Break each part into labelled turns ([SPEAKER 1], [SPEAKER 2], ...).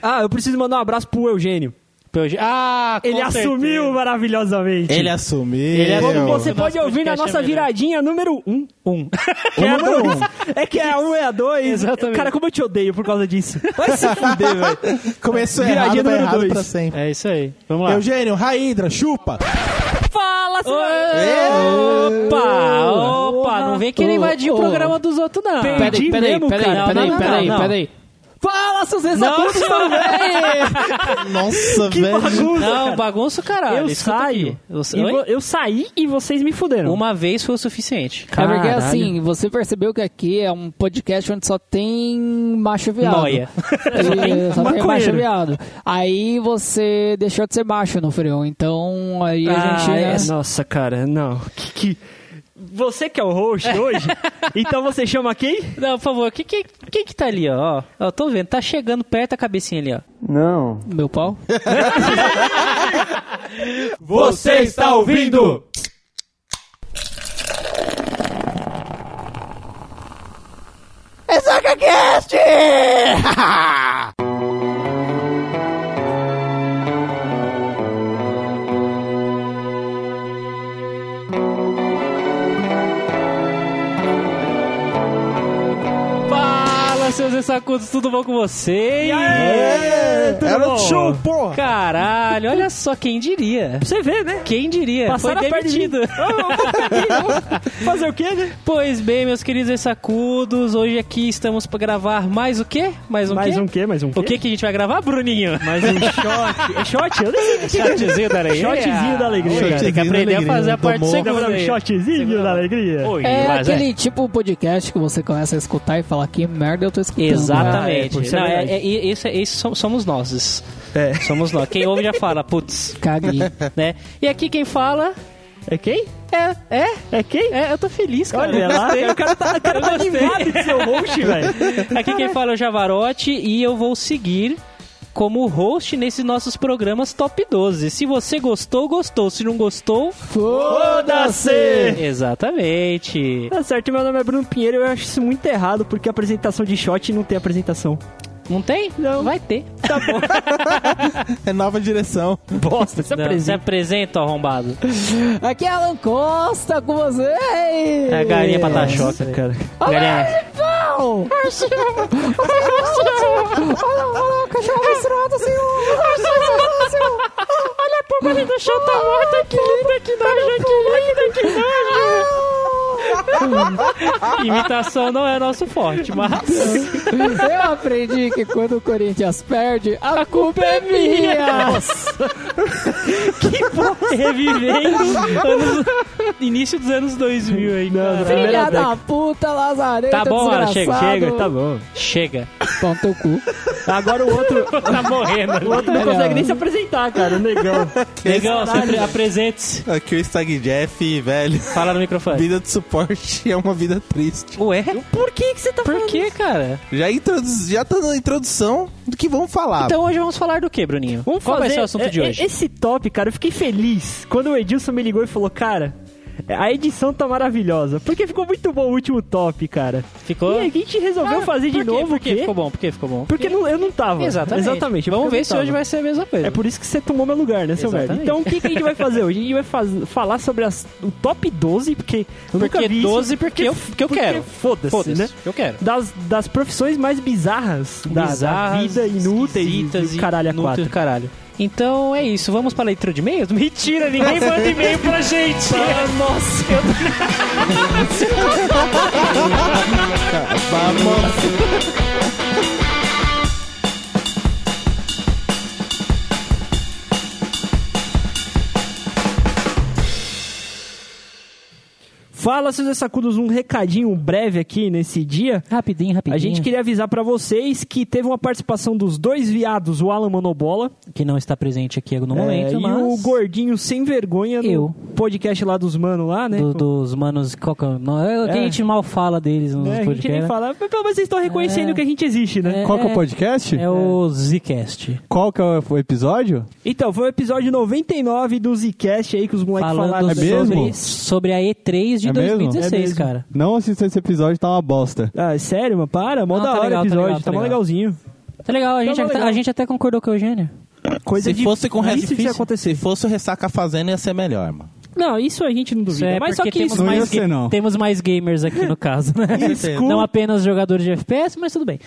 [SPEAKER 1] Ah, eu preciso mandar um abraço pro Eugênio.
[SPEAKER 2] Pelo je- Ah, com
[SPEAKER 1] Ele
[SPEAKER 2] certeza.
[SPEAKER 1] assumiu maravilhosamente. É
[SPEAKER 3] Ele assumiu.
[SPEAKER 2] Ele
[SPEAKER 1] Como
[SPEAKER 2] assumiu.
[SPEAKER 1] você
[SPEAKER 2] O
[SPEAKER 1] pode
[SPEAKER 2] nosso
[SPEAKER 1] ouvir na
[SPEAKER 2] podcast
[SPEAKER 1] nossa
[SPEAKER 2] é melhor.
[SPEAKER 1] viradinha número 1. Um, um. Que
[SPEAKER 3] O
[SPEAKER 1] é a
[SPEAKER 3] número
[SPEAKER 1] dois. É que é a 1 um, é a 2.
[SPEAKER 2] Exatamente.
[SPEAKER 1] Cara, como eu te odeio por causa disso. Vai se fuder, velho.
[SPEAKER 3] Tá Começou
[SPEAKER 1] Viradinha
[SPEAKER 3] errado, tá
[SPEAKER 1] número
[SPEAKER 3] errado
[SPEAKER 1] dois.
[SPEAKER 3] pra sempre.
[SPEAKER 2] É isso aí. Vamos lá.
[SPEAKER 3] Eugênio, Raidra, chupa.
[SPEAKER 1] Fala, senhor.
[SPEAKER 2] Ê, Opa, opa, não vem querer
[SPEAKER 1] Ô,
[SPEAKER 2] invadir o
[SPEAKER 1] ô.
[SPEAKER 2] programa dos outros, não.
[SPEAKER 1] Peraí,
[SPEAKER 2] Peraí,
[SPEAKER 1] Perdi
[SPEAKER 2] peraí,
[SPEAKER 1] mesmo,
[SPEAKER 2] peraí,
[SPEAKER 1] cara.
[SPEAKER 2] peraí,
[SPEAKER 1] Não, não,
[SPEAKER 2] peraí,
[SPEAKER 1] não, não.
[SPEAKER 2] peraí.
[SPEAKER 1] Fala, seus exacutos,
[SPEAKER 2] Nossa,
[SPEAKER 1] tudo bem?
[SPEAKER 3] Nossa,
[SPEAKER 1] Que
[SPEAKER 3] velho.
[SPEAKER 1] bagunça,
[SPEAKER 2] Não,
[SPEAKER 1] cara.
[SPEAKER 2] bagunça o caralho.
[SPEAKER 1] Eu
[SPEAKER 2] Escuta
[SPEAKER 1] saio.
[SPEAKER 2] aqui. Eu,
[SPEAKER 1] e
[SPEAKER 2] Oi?
[SPEAKER 1] vo- eu saí e vocês me fuderam.
[SPEAKER 2] Uma vez foi o suficiente.
[SPEAKER 4] É porque
[SPEAKER 1] Caralho.
[SPEAKER 4] assim, você percebeu que aqui é um podcast onde só tem macho viado.
[SPEAKER 2] Noia.
[SPEAKER 4] E, só tem
[SPEAKER 1] maconheiro.
[SPEAKER 4] macho viado. Aí você deixou de ser macho no frio. Então aí a
[SPEAKER 1] Ah,
[SPEAKER 4] gente.
[SPEAKER 1] é.
[SPEAKER 4] né,
[SPEAKER 1] Nossa, cara, não. Que, que- Você que é o host hoje, então você chama quem?
[SPEAKER 2] Não, por favor, quem que, quem que tá ali, ó? ó? Eu tô vendo, tá chegando perto da cabecinha ali, ó.
[SPEAKER 4] Meu pau.
[SPEAKER 3] Você está ouvindo?
[SPEAKER 2] Fala, seus ressacudos, tudo bom com vocês?
[SPEAKER 1] tudo
[SPEAKER 3] Era
[SPEAKER 1] bom?
[SPEAKER 3] o show, porra.
[SPEAKER 2] Caralho, olha só, quem diria?
[SPEAKER 1] Você vê, né?
[SPEAKER 2] Quem diria?
[SPEAKER 1] Passaram
[SPEAKER 2] Foi
[SPEAKER 1] a perna de Ah.
[SPEAKER 2] demitido.
[SPEAKER 1] Fazer o quê, né?
[SPEAKER 2] Pois bem, meus queridos ressacudos, hoje aqui estamos pra gravar mais o quê? Mais um
[SPEAKER 1] mais
[SPEAKER 2] quê?
[SPEAKER 1] um quê? Mais um quê?
[SPEAKER 2] O que que a gente vai gravar, Bruninho?
[SPEAKER 1] Mais um shot. É shot? Eu nem sei o que que é.
[SPEAKER 2] Shotzinho da alegria.
[SPEAKER 1] Shotzinho da alegria. né?
[SPEAKER 2] Oi, cara, tem que
[SPEAKER 3] Shotzinho da
[SPEAKER 2] aprender a
[SPEAKER 3] alegria,
[SPEAKER 2] fazer a parte
[SPEAKER 3] tomou.
[SPEAKER 1] Dá pra
[SPEAKER 2] segunda.
[SPEAKER 1] dar um
[SPEAKER 2] aí.
[SPEAKER 1] shotzinho da alegria?
[SPEAKER 2] Oi,
[SPEAKER 4] É
[SPEAKER 2] mas
[SPEAKER 4] aquele tipo podcast que você começa a escutar e fala que merda eu tô escutando.
[SPEAKER 1] Ah, é,
[SPEAKER 2] Exatamente.
[SPEAKER 1] putz, é
[SPEAKER 2] Não, é,
[SPEAKER 1] verdade.
[SPEAKER 2] é- e- isso, é- isso som- somos nós.
[SPEAKER 1] É.
[SPEAKER 2] Somos nós. Quem ouve já fala, putz,
[SPEAKER 4] Caguei.
[SPEAKER 2] né? E aqui quem fala
[SPEAKER 1] É quem?
[SPEAKER 2] é, é,
[SPEAKER 1] É quem?
[SPEAKER 2] é eu tô feliz, cara.
[SPEAKER 1] Olha
[SPEAKER 2] Eu
[SPEAKER 1] lá,
[SPEAKER 2] gostei.
[SPEAKER 1] cara, o cara tá, o cara tá animado de ser o host, velho.
[SPEAKER 2] Aqui quem fala é o Javarote e eu vou seguir como host nesses nossos programas top 12. Se você gostou, gostou. Se não gostou,
[SPEAKER 3] assim.
[SPEAKER 1] Foda-se!
[SPEAKER 2] exatamente.
[SPEAKER 1] Tá certo, meu nome é Bruno Pinheiro e eu acho isso muito errado, porque a apresentação de shot não tem apresentação.
[SPEAKER 2] Não tem?
[SPEAKER 1] Não.
[SPEAKER 2] Vai ter.
[SPEAKER 1] Tá bom.
[SPEAKER 3] É nova direção.
[SPEAKER 1] Bosta, se
[SPEAKER 2] Não, se
[SPEAKER 1] apresenta.
[SPEAKER 2] apresenta, arrombado.
[SPEAKER 4] Aqui é Alan Costa com vocês.
[SPEAKER 2] É a galinha pra dar né? choque.
[SPEAKER 1] cara.
[SPEAKER 2] Galinha.
[SPEAKER 4] Não! Olha, olha o cachorro misturado, senhor! Olha a pomba ali do chão, tá morta, que linda, que nojo, que linda, que nojo!
[SPEAKER 2] Imitação não é nosso forte, mas.
[SPEAKER 4] Eu aprendi que quando o Corinthians perde, a culpa é minha!
[SPEAKER 2] Revivendo anos- início dos anos 2000 aí, cara.
[SPEAKER 4] Filha da puta, lazareta,
[SPEAKER 2] Tá bom, Alan,
[SPEAKER 4] desgraçado!
[SPEAKER 2] chega,
[SPEAKER 1] Chega, tá bom.
[SPEAKER 2] Chega.
[SPEAKER 4] Pão teu cu.
[SPEAKER 1] Agora o outro,
[SPEAKER 2] Tá morrendo.
[SPEAKER 1] o outro não
[SPEAKER 4] Olha.
[SPEAKER 1] consegue
[SPEAKER 2] né?
[SPEAKER 1] nem se apresentar, cara, o negão.
[SPEAKER 2] Negão, se apre- apresente-se.
[SPEAKER 3] Aqui o Stag Jeff, velho.
[SPEAKER 2] Fala no microfone.
[SPEAKER 3] Vida de suporte é uma vida triste.
[SPEAKER 2] Ué?
[SPEAKER 1] Por que que você tá
[SPEAKER 2] Por que, cara?
[SPEAKER 3] Já, introduz, já tá na introdução do que vamos falar.
[SPEAKER 2] Então hoje vamos falar do que, Bruninho?
[SPEAKER 1] Vamos
[SPEAKER 2] Qual
[SPEAKER 1] fazer
[SPEAKER 2] vai ser o assunto
[SPEAKER 1] é,
[SPEAKER 2] de
[SPEAKER 1] é,
[SPEAKER 2] hoje?
[SPEAKER 1] Esse top, cara, eu fiquei feliz quando o Edilson me ligou e falou, cara, a edição tá maravilhosa. Porque ficou muito bom o último top, cara.
[SPEAKER 2] Ficou?
[SPEAKER 1] E a gente resolveu fazer de
[SPEAKER 2] Ah, por quê?
[SPEAKER 1] novo
[SPEAKER 2] Por
[SPEAKER 1] o
[SPEAKER 2] que
[SPEAKER 1] quê?
[SPEAKER 2] ficou bom? Por que ficou bom?
[SPEAKER 1] Porque não- eu não tava.
[SPEAKER 2] Exatamente.
[SPEAKER 1] porque
[SPEAKER 2] Vamos
[SPEAKER 1] eu
[SPEAKER 2] ver
[SPEAKER 1] não
[SPEAKER 2] se
[SPEAKER 1] tava.
[SPEAKER 2] hoje vai ser a mesma coisa.
[SPEAKER 1] É por isso que você tomou meu lugar, né, seu merda?
[SPEAKER 2] Exatamente.
[SPEAKER 1] Então, o que, que a gente vai fazer hoje? A gente vai faz- falar sobre as- o top 12, porque eu nunca
[SPEAKER 2] Porque
[SPEAKER 1] vi isso.
[SPEAKER 2] 12, porque eu, que eu
[SPEAKER 1] Porque
[SPEAKER 2] quero.
[SPEAKER 1] Foda-se,
[SPEAKER 2] Foda-se,
[SPEAKER 1] né?
[SPEAKER 2] Eu quero.
[SPEAKER 1] Das, das profissões mais bizarras, da- da,
[SPEAKER 2] Bizarras,
[SPEAKER 1] vida, inúteis
[SPEAKER 2] esquisitas
[SPEAKER 1] e o caralho a
[SPEAKER 2] inúteis
[SPEAKER 1] quatro.
[SPEAKER 2] do caralho. Então é isso, vamos pra leitura de e-mails? Mentira, ninguém manda e-mail pra gente! Nossa,
[SPEAKER 3] Vamos.
[SPEAKER 1] Fala, seus sacudos, um recadinho breve aqui nesse dia.
[SPEAKER 2] Rapidinho, rapidinho.
[SPEAKER 1] A gente queria avisar pra vocês que teve uma participação dos dois viados, o Alan Manobola
[SPEAKER 2] que não está presente aqui no
[SPEAKER 1] é,
[SPEAKER 2] momento,
[SPEAKER 1] e o gordinho sem vergonha no
[SPEAKER 2] Eu.
[SPEAKER 1] podcast lá dos mano lá, né?
[SPEAKER 2] do- dos manos. Qual que é o nome? É o
[SPEAKER 1] É.
[SPEAKER 2] que a gente mal fala deles no
[SPEAKER 1] É, a gente
[SPEAKER 2] podcast.
[SPEAKER 1] nem
[SPEAKER 2] né?
[SPEAKER 1] fala, mas vocês estão reconhecendo que a gente existe, né?
[SPEAKER 3] Qual que é o podcast?
[SPEAKER 2] É o Zcast.
[SPEAKER 3] Qual que é o episódio?
[SPEAKER 1] Então, foi o episódio 99 do Zcast aí que os moleques falaram
[SPEAKER 2] Falando
[SPEAKER 3] É
[SPEAKER 1] sobre-
[SPEAKER 3] mesmo?
[SPEAKER 2] sobre, sobre a E3 de
[SPEAKER 3] É mesmo?
[SPEAKER 2] 2016,
[SPEAKER 1] É mesmo.
[SPEAKER 2] cara.
[SPEAKER 3] Não assista esse episódio, tá uma bosta.
[SPEAKER 1] Ah, sério, mano, para, mó
[SPEAKER 2] Não,
[SPEAKER 1] da
[SPEAKER 2] tá
[SPEAKER 1] hora
[SPEAKER 2] legal,
[SPEAKER 1] o
[SPEAKER 2] tá
[SPEAKER 1] episódio, tá,
[SPEAKER 2] legal, tá
[SPEAKER 1] mó
[SPEAKER 2] legal.
[SPEAKER 1] legalzinho.
[SPEAKER 2] Tá legal, a gente,
[SPEAKER 1] Tava
[SPEAKER 2] até-
[SPEAKER 1] legal.
[SPEAKER 2] a gente até concordou com o Eugênio.
[SPEAKER 1] Coisa
[SPEAKER 3] se
[SPEAKER 1] de-
[SPEAKER 3] fosse com
[SPEAKER 1] é isso
[SPEAKER 3] ressaca,
[SPEAKER 1] que ia
[SPEAKER 3] se
[SPEAKER 1] acontecer.
[SPEAKER 3] fosse o ressaca fazendo ia ser melhor, mano.
[SPEAKER 1] Não, isso a gente não
[SPEAKER 2] Isso
[SPEAKER 1] duvida.
[SPEAKER 2] é
[SPEAKER 1] mas só
[SPEAKER 2] porque
[SPEAKER 1] que
[SPEAKER 2] temos,
[SPEAKER 1] isso.
[SPEAKER 5] Não ia
[SPEAKER 2] mais,
[SPEAKER 5] ser,
[SPEAKER 2] ga-
[SPEAKER 5] não.
[SPEAKER 2] temos mais gamers aqui no caso, né?
[SPEAKER 3] Escuta.
[SPEAKER 2] Não apenas jogadores de FPS, mas tudo bem.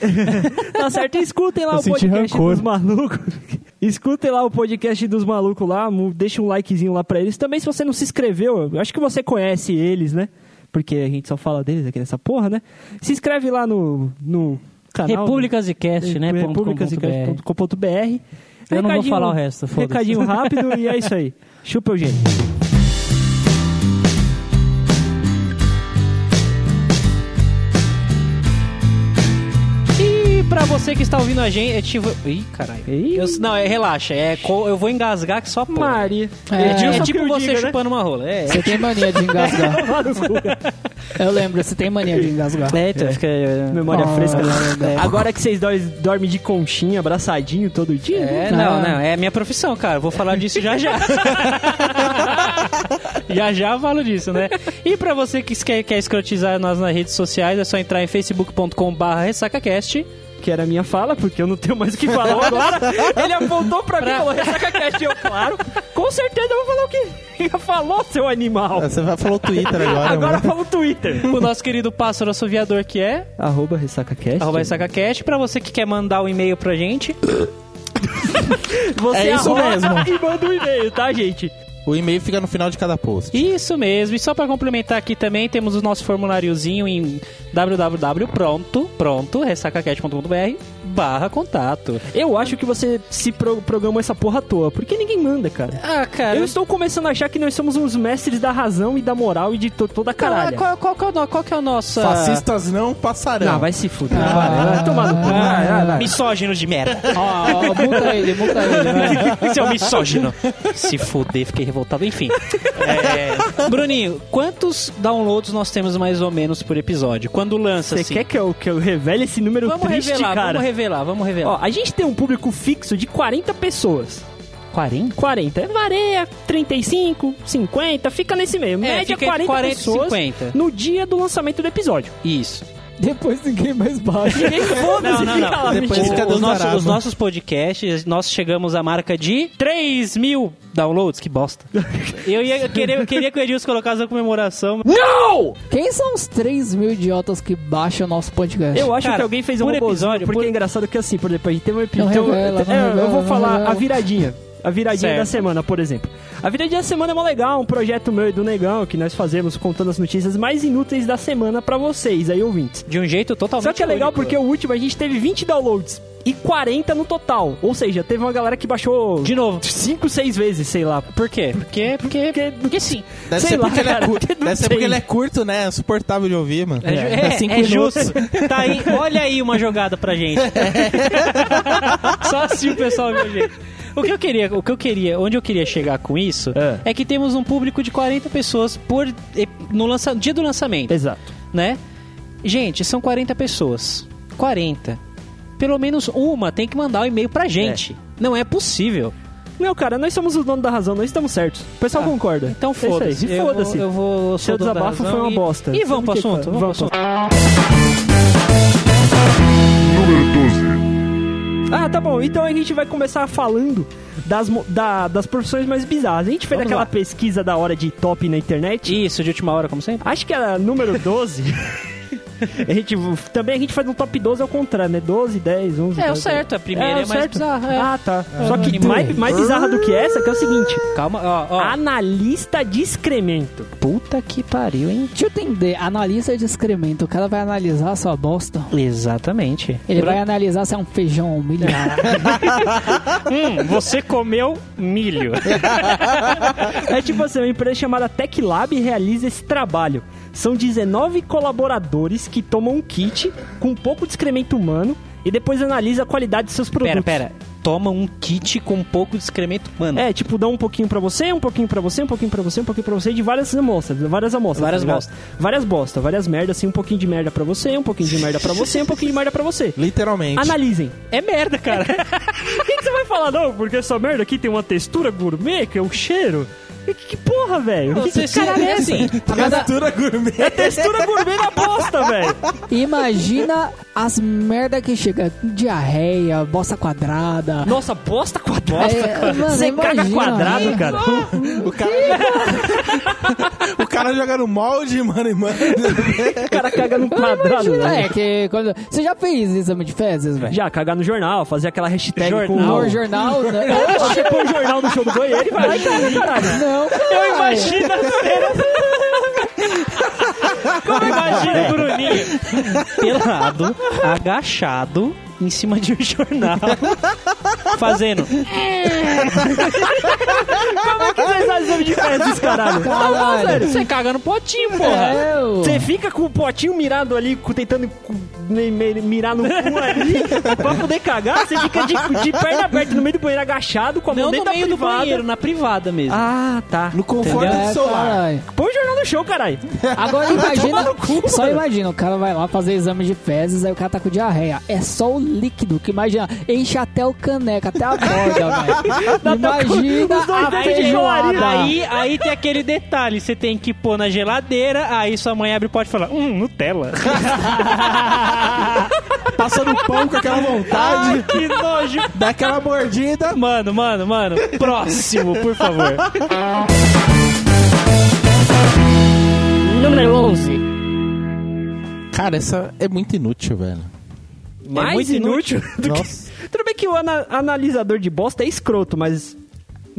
[SPEAKER 1] Tá certo, escutem lá
[SPEAKER 5] Eu
[SPEAKER 1] o
[SPEAKER 5] senti
[SPEAKER 1] podcast
[SPEAKER 5] rancor.
[SPEAKER 1] dos malucos. Escutem lá o podcast dos malucos lá, mu- deixa um likezinho lá pra eles. Também se você não se inscreveu, eu acho que você conhece eles, né? Porque a gente só fala deles aqui nessa porra, né? Se inscreve lá no, no canal. né?
[SPEAKER 2] Repúblicas e
[SPEAKER 1] Assim,
[SPEAKER 2] Cast, né?
[SPEAKER 1] republicasicast.com.br.
[SPEAKER 2] Eu não vou
[SPEAKER 1] Recadinho-
[SPEAKER 2] falar o resto, foda-se.
[SPEAKER 1] Recadinho rápido e é isso aí. Chupa, Eugênio.
[SPEAKER 2] E pra você que está ouvindo a gente... Eu... Ih, caralho.
[SPEAKER 1] Ih.
[SPEAKER 2] Eu, não, é, relaxa. É, co- eu vou engasgar que só porra.
[SPEAKER 1] Maria.
[SPEAKER 2] É,
[SPEAKER 1] Edilson
[SPEAKER 2] é
[SPEAKER 1] que
[SPEAKER 2] tipo
[SPEAKER 1] eu
[SPEAKER 2] você
[SPEAKER 1] diga, né?
[SPEAKER 2] chupando uma rola. É,
[SPEAKER 4] Você tem mania de engasgar. Eu lembro, você tem mania de engasgar.
[SPEAKER 2] é então, fica...
[SPEAKER 1] Memória
[SPEAKER 4] Ah,
[SPEAKER 1] fresca.
[SPEAKER 4] é.
[SPEAKER 1] Agora que vocês dois dormem de conchinha, abraçadinho todo dia, né?
[SPEAKER 2] É, não, não, é a minha profissão, cara. Vou falar disso já já. já já eu falo disso, né? E pra você que quer, quer escrotizar nós nas redes sociais, é só entrar em facebook.com.br ressacacast.
[SPEAKER 1] que era a minha fala, porque eu não tenho mais o que falar agora. Ele apontou pra mim e falou, ressaca cast, eu, claro. Com certeza eu vou falar o que já falou, seu animal.
[SPEAKER 3] É, Você vai falar o Twitter agora,
[SPEAKER 1] Agora
[SPEAKER 3] mano.
[SPEAKER 1] fala o Twitter.
[SPEAKER 2] O nosso querido pássaro assoviador que é
[SPEAKER 1] Arroba ressaca cast.
[SPEAKER 2] arroba ressacacast. Pra você que quer mandar um e-mail pra gente,
[SPEAKER 1] Você
[SPEAKER 3] É isso
[SPEAKER 1] arroba E manda um e-mail, tá, gente?
[SPEAKER 3] O e-mail fica no final de cada post.
[SPEAKER 2] Isso mesmo. E só pra complementar aqui também, temos o nosso formuláriozinho em www.pronto.ressacacast.com.br barra contato.
[SPEAKER 1] Eu acho que você se pro- programou essa porra à toa, porque ninguém manda, cara.
[SPEAKER 2] Ah, cara,
[SPEAKER 1] Eu estou começando a achar que nós somos os mestres da razão e da moral e de to- toda a
[SPEAKER 2] Caralho.
[SPEAKER 1] caralho.
[SPEAKER 2] Qual, qual, que é o no- qual que é o nosso...
[SPEAKER 3] Fascistas não passarão.
[SPEAKER 1] Ah, vai se fuder. vai, vai tomar no cu. Vai, vai, vai.
[SPEAKER 2] Misógino de merda.
[SPEAKER 4] Ah, Ó, ó, multa ele, multa ele. vai.
[SPEAKER 2] Seu misógino. Se fuder, fiquei revoltado. Enfim. É, Bruninho, quantos downloads nós temos mais ou menos por episódio? Quando lança,
[SPEAKER 1] Você
[SPEAKER 2] assim?
[SPEAKER 1] quer que eu, que eu revele esse número
[SPEAKER 2] Vamos
[SPEAKER 1] triste,
[SPEAKER 2] revelar,
[SPEAKER 1] cara?
[SPEAKER 2] vamos revelar, vamos revelar.
[SPEAKER 1] Ó, a gente tem um público fixo de 40 pessoas.
[SPEAKER 2] 40?
[SPEAKER 1] 40. É Varia, 35, 50, fica nesse meio.
[SPEAKER 2] É,
[SPEAKER 1] Média
[SPEAKER 2] fica
[SPEAKER 1] 40,
[SPEAKER 2] entre 40 e
[SPEAKER 1] pessoas
[SPEAKER 2] 50.
[SPEAKER 1] no dia do lançamento do episódio.
[SPEAKER 2] Isso.
[SPEAKER 4] Depois ninguém mais baixa.
[SPEAKER 1] Ninguém foda-se,
[SPEAKER 2] Não, não, não.
[SPEAKER 1] fica lá,
[SPEAKER 3] Depois
[SPEAKER 1] mentira.
[SPEAKER 3] fica
[SPEAKER 2] O- os,
[SPEAKER 3] Deus
[SPEAKER 2] nossos-
[SPEAKER 3] dará,
[SPEAKER 2] os
[SPEAKER 3] mano.
[SPEAKER 2] nossos podcasts, nós chegamos à marca de 3 mil downloads. Que bosta. Eu, ia, eu queria, eu queria que o Edilson colocasse a comemoração.
[SPEAKER 4] Quem são os 3 mil idiotas que baixam o nosso podcast?
[SPEAKER 1] Eu acho
[SPEAKER 2] Cara,
[SPEAKER 1] que alguém fez um
[SPEAKER 2] por
[SPEAKER 1] robôzinho,
[SPEAKER 2] episódio,
[SPEAKER 1] porque
[SPEAKER 2] por-
[SPEAKER 1] é engraçado que assim, por exemplo, a gente teve um episódio...
[SPEAKER 4] Não revela, não
[SPEAKER 1] é, eu
[SPEAKER 4] revela,
[SPEAKER 1] vou
[SPEAKER 4] não
[SPEAKER 1] falar
[SPEAKER 4] revela.
[SPEAKER 1] a viradinha. A viradinha
[SPEAKER 2] Certo.
[SPEAKER 1] da semana, por exemplo. A viradinha da semana é mó legal, um projeto meu e do Negão, que nós fazemos contando as notícias mais inúteis da semana pra vocês, aí ouvintes.
[SPEAKER 2] De um jeito totalmente
[SPEAKER 1] Só que é legal
[SPEAKER 2] único.
[SPEAKER 1] porque o último a gente teve 20 downloads e 40 no total. Ou seja, teve uma galera que baixou
[SPEAKER 2] De novo.
[SPEAKER 1] 5, 6 vezes, sei lá.
[SPEAKER 2] Por quê? Porque, porque, porque, sim.
[SPEAKER 3] Deve
[SPEAKER 1] sei
[SPEAKER 3] ser
[SPEAKER 1] lá,
[SPEAKER 3] porque ele
[SPEAKER 1] cara,
[SPEAKER 3] é curto.
[SPEAKER 1] eu não
[SPEAKER 3] Deve ser
[SPEAKER 1] sei.
[SPEAKER 3] porque ele é curto, né? É suportável de ouvir, mano.
[SPEAKER 2] É, ju- é,
[SPEAKER 1] assim
[SPEAKER 4] cinco
[SPEAKER 2] é justo. Tá aí, olha aí uma jogada pra gente.
[SPEAKER 1] É.
[SPEAKER 2] Só assim o pessoal vê a gente. O que eu queria, o que eu queria, onde eu queria chegar com isso
[SPEAKER 1] É.
[SPEAKER 2] é, que temos um público de 40 pessoas por e- no lança, dia do lançamento,
[SPEAKER 1] Exato.
[SPEAKER 2] né? Gente, são 40 pessoas. 40. Pelo menos uma tem que mandar um e-mail pra gente. Não é possível.
[SPEAKER 1] Não, cara, nós somos os donos da razão, nós estamos certos. O pessoal concorda.
[SPEAKER 2] Então
[SPEAKER 1] É isso aí.
[SPEAKER 2] foda-se.
[SPEAKER 1] E
[SPEAKER 2] Eu vou-
[SPEAKER 1] foda-se.
[SPEAKER 2] Eu vou. eu sou
[SPEAKER 1] Seu
[SPEAKER 2] dono da
[SPEAKER 1] desabafo
[SPEAKER 2] razão
[SPEAKER 1] foi uma
[SPEAKER 2] e-
[SPEAKER 1] bosta.
[SPEAKER 2] E vamos
[SPEAKER 1] Sabe
[SPEAKER 2] pro
[SPEAKER 1] o que
[SPEAKER 2] assunto?
[SPEAKER 1] que-
[SPEAKER 2] Vamos pro
[SPEAKER 1] vamos
[SPEAKER 2] assunto.
[SPEAKER 1] Ah, tá bom. Então a gente vai começar falando das, mo- da- das profissões mais bizarras. A gente fez
[SPEAKER 2] Vamos
[SPEAKER 1] aquela
[SPEAKER 2] lá.
[SPEAKER 1] pesquisa da hora de top na internet.
[SPEAKER 2] Isso, de última hora, como sempre.
[SPEAKER 1] Acho que era número 12. A gente, também a gente faz um top 12 ao contrário, né? 12, 10, 11.
[SPEAKER 2] É, o
[SPEAKER 1] 12.
[SPEAKER 2] certo. A primeira é,
[SPEAKER 1] o
[SPEAKER 2] mais
[SPEAKER 1] certo.
[SPEAKER 2] bizarra. é.
[SPEAKER 1] Ah, tá. Só que
[SPEAKER 2] Animal.
[SPEAKER 1] mais, mais bizarra do que essa, que é o seguinte.
[SPEAKER 2] Calma, ó, ó.
[SPEAKER 1] Analista de excremento.
[SPEAKER 2] Ah, puta que pariu, hein?
[SPEAKER 4] Deixa eu entender, analista de excremento, o cara vai analisar a sua bosta.
[SPEAKER 2] Exatamente.
[SPEAKER 4] Ele vai analisar se é um feijão milhado.
[SPEAKER 2] Hum, você comeu milho.
[SPEAKER 1] É tipo assim, uma empresa chamada Tech Lab realiza esse trabalho. São 19 colaboradores que tomam um kit com um pouco de excremento humano e depois analisa a qualidade de seus
[SPEAKER 2] pera,
[SPEAKER 1] produtos.
[SPEAKER 2] pera. Toma um kit com um pouco de excremento humano.
[SPEAKER 1] É, tipo, dá um pouquinho pra você, um pouquinho pra você, um pouquinho pra você, um pouquinho pra você, de várias amostras, várias amostras. tá
[SPEAKER 2] Várias
[SPEAKER 1] ligado?
[SPEAKER 2] bosta.
[SPEAKER 1] Várias bosta, várias merdas, assim, um pouquinho de merda pra você, um pouquinho de merda pra você, um pouquinho de merda pra você.
[SPEAKER 3] Literalmente.
[SPEAKER 1] Analisem.
[SPEAKER 2] É merda, cara.
[SPEAKER 1] O que, que você vai falar, não? Porque essa merda aqui tem uma textura gourmet, que é o cheiro. Que, que porra, velho? Que-
[SPEAKER 2] Você
[SPEAKER 1] que caralho é
[SPEAKER 2] é
[SPEAKER 1] essa?
[SPEAKER 2] assim. cada-
[SPEAKER 3] Textura Tá gourmet.
[SPEAKER 1] Textura gourmet na bosta, velho.
[SPEAKER 4] Imagina as merda que chega. Diarreia, bosta quadrada.
[SPEAKER 1] Nossa, bosta quadrada.
[SPEAKER 4] É,
[SPEAKER 1] cara.
[SPEAKER 4] mano,
[SPEAKER 1] Você
[SPEAKER 4] imagina,
[SPEAKER 1] caga quadrado,
[SPEAKER 4] né?
[SPEAKER 1] cara.
[SPEAKER 3] O cara, o cara joga no molde, mano, e mano.
[SPEAKER 1] O cara caga num quadrado,
[SPEAKER 4] Imagina,
[SPEAKER 1] né?
[SPEAKER 4] é que quando- Você já fez exame de fezes, velho?
[SPEAKER 1] Já, cagar no jornal, fazer aquela hashtag
[SPEAKER 2] Jornal.
[SPEAKER 1] com Ah,
[SPEAKER 4] No jornal? né? Não,
[SPEAKER 1] Você põe o jornal no show do banheiro e vai cagar, caralho.
[SPEAKER 4] não
[SPEAKER 2] Eu imagino a zoeira. Como imagina o Bruninho? Pelado, agachado, em cima de um jornal, fazendo.
[SPEAKER 1] Como é que vocês fazem exame de fezes, caralho?
[SPEAKER 4] Caralho.
[SPEAKER 2] Você caga no potinho, porra.
[SPEAKER 4] É, ô.
[SPEAKER 1] Você fica com o potinho mirado ali, cu- tentando cu- mi- mi- mirar no cu ali, pra poder cagar, você fica de, de perna aberta no meio do banheiro agachado, com a
[SPEAKER 2] Não
[SPEAKER 1] mão
[SPEAKER 2] no
[SPEAKER 1] dentro da
[SPEAKER 2] meio do
[SPEAKER 1] privada.
[SPEAKER 2] banheiro, na privada mesmo.
[SPEAKER 1] Ah, tá.
[SPEAKER 3] No conforto
[SPEAKER 4] É,
[SPEAKER 3] do seu lar.
[SPEAKER 4] caralho.
[SPEAKER 1] Põe o jornal no show, caralho.
[SPEAKER 4] Agora imagina.
[SPEAKER 1] no cu,
[SPEAKER 4] só
[SPEAKER 1] mano.
[SPEAKER 4] imagina, o cara vai lá fazer exame de fezes, aí o cara tá com diarreia. É só o líquido, que imagina, enche até o caneco, até a borda, velho. Imagina
[SPEAKER 1] os
[SPEAKER 2] Ah,
[SPEAKER 1] dois
[SPEAKER 4] a
[SPEAKER 1] dentes de
[SPEAKER 4] feijoada.
[SPEAKER 1] joaria.
[SPEAKER 2] é Aí, aí tem aquele detalhe, você tem que pôr na geladeira, aí sua mãe abre o pote e fala, hum, Nutella.
[SPEAKER 3] Tá Passando pão com aquela vontade,
[SPEAKER 2] que nojo.
[SPEAKER 3] dá aquela mordida.
[SPEAKER 2] Mano, mano, mano, próximo, por favor.
[SPEAKER 1] Número 11.
[SPEAKER 3] Cara, essa é muito inútil, velho.
[SPEAKER 1] Mais
[SPEAKER 2] É muito
[SPEAKER 1] inútil. do que-
[SPEAKER 3] Nossa.
[SPEAKER 1] Tudo bem que o ana- analisador de bosta é escroto, mas...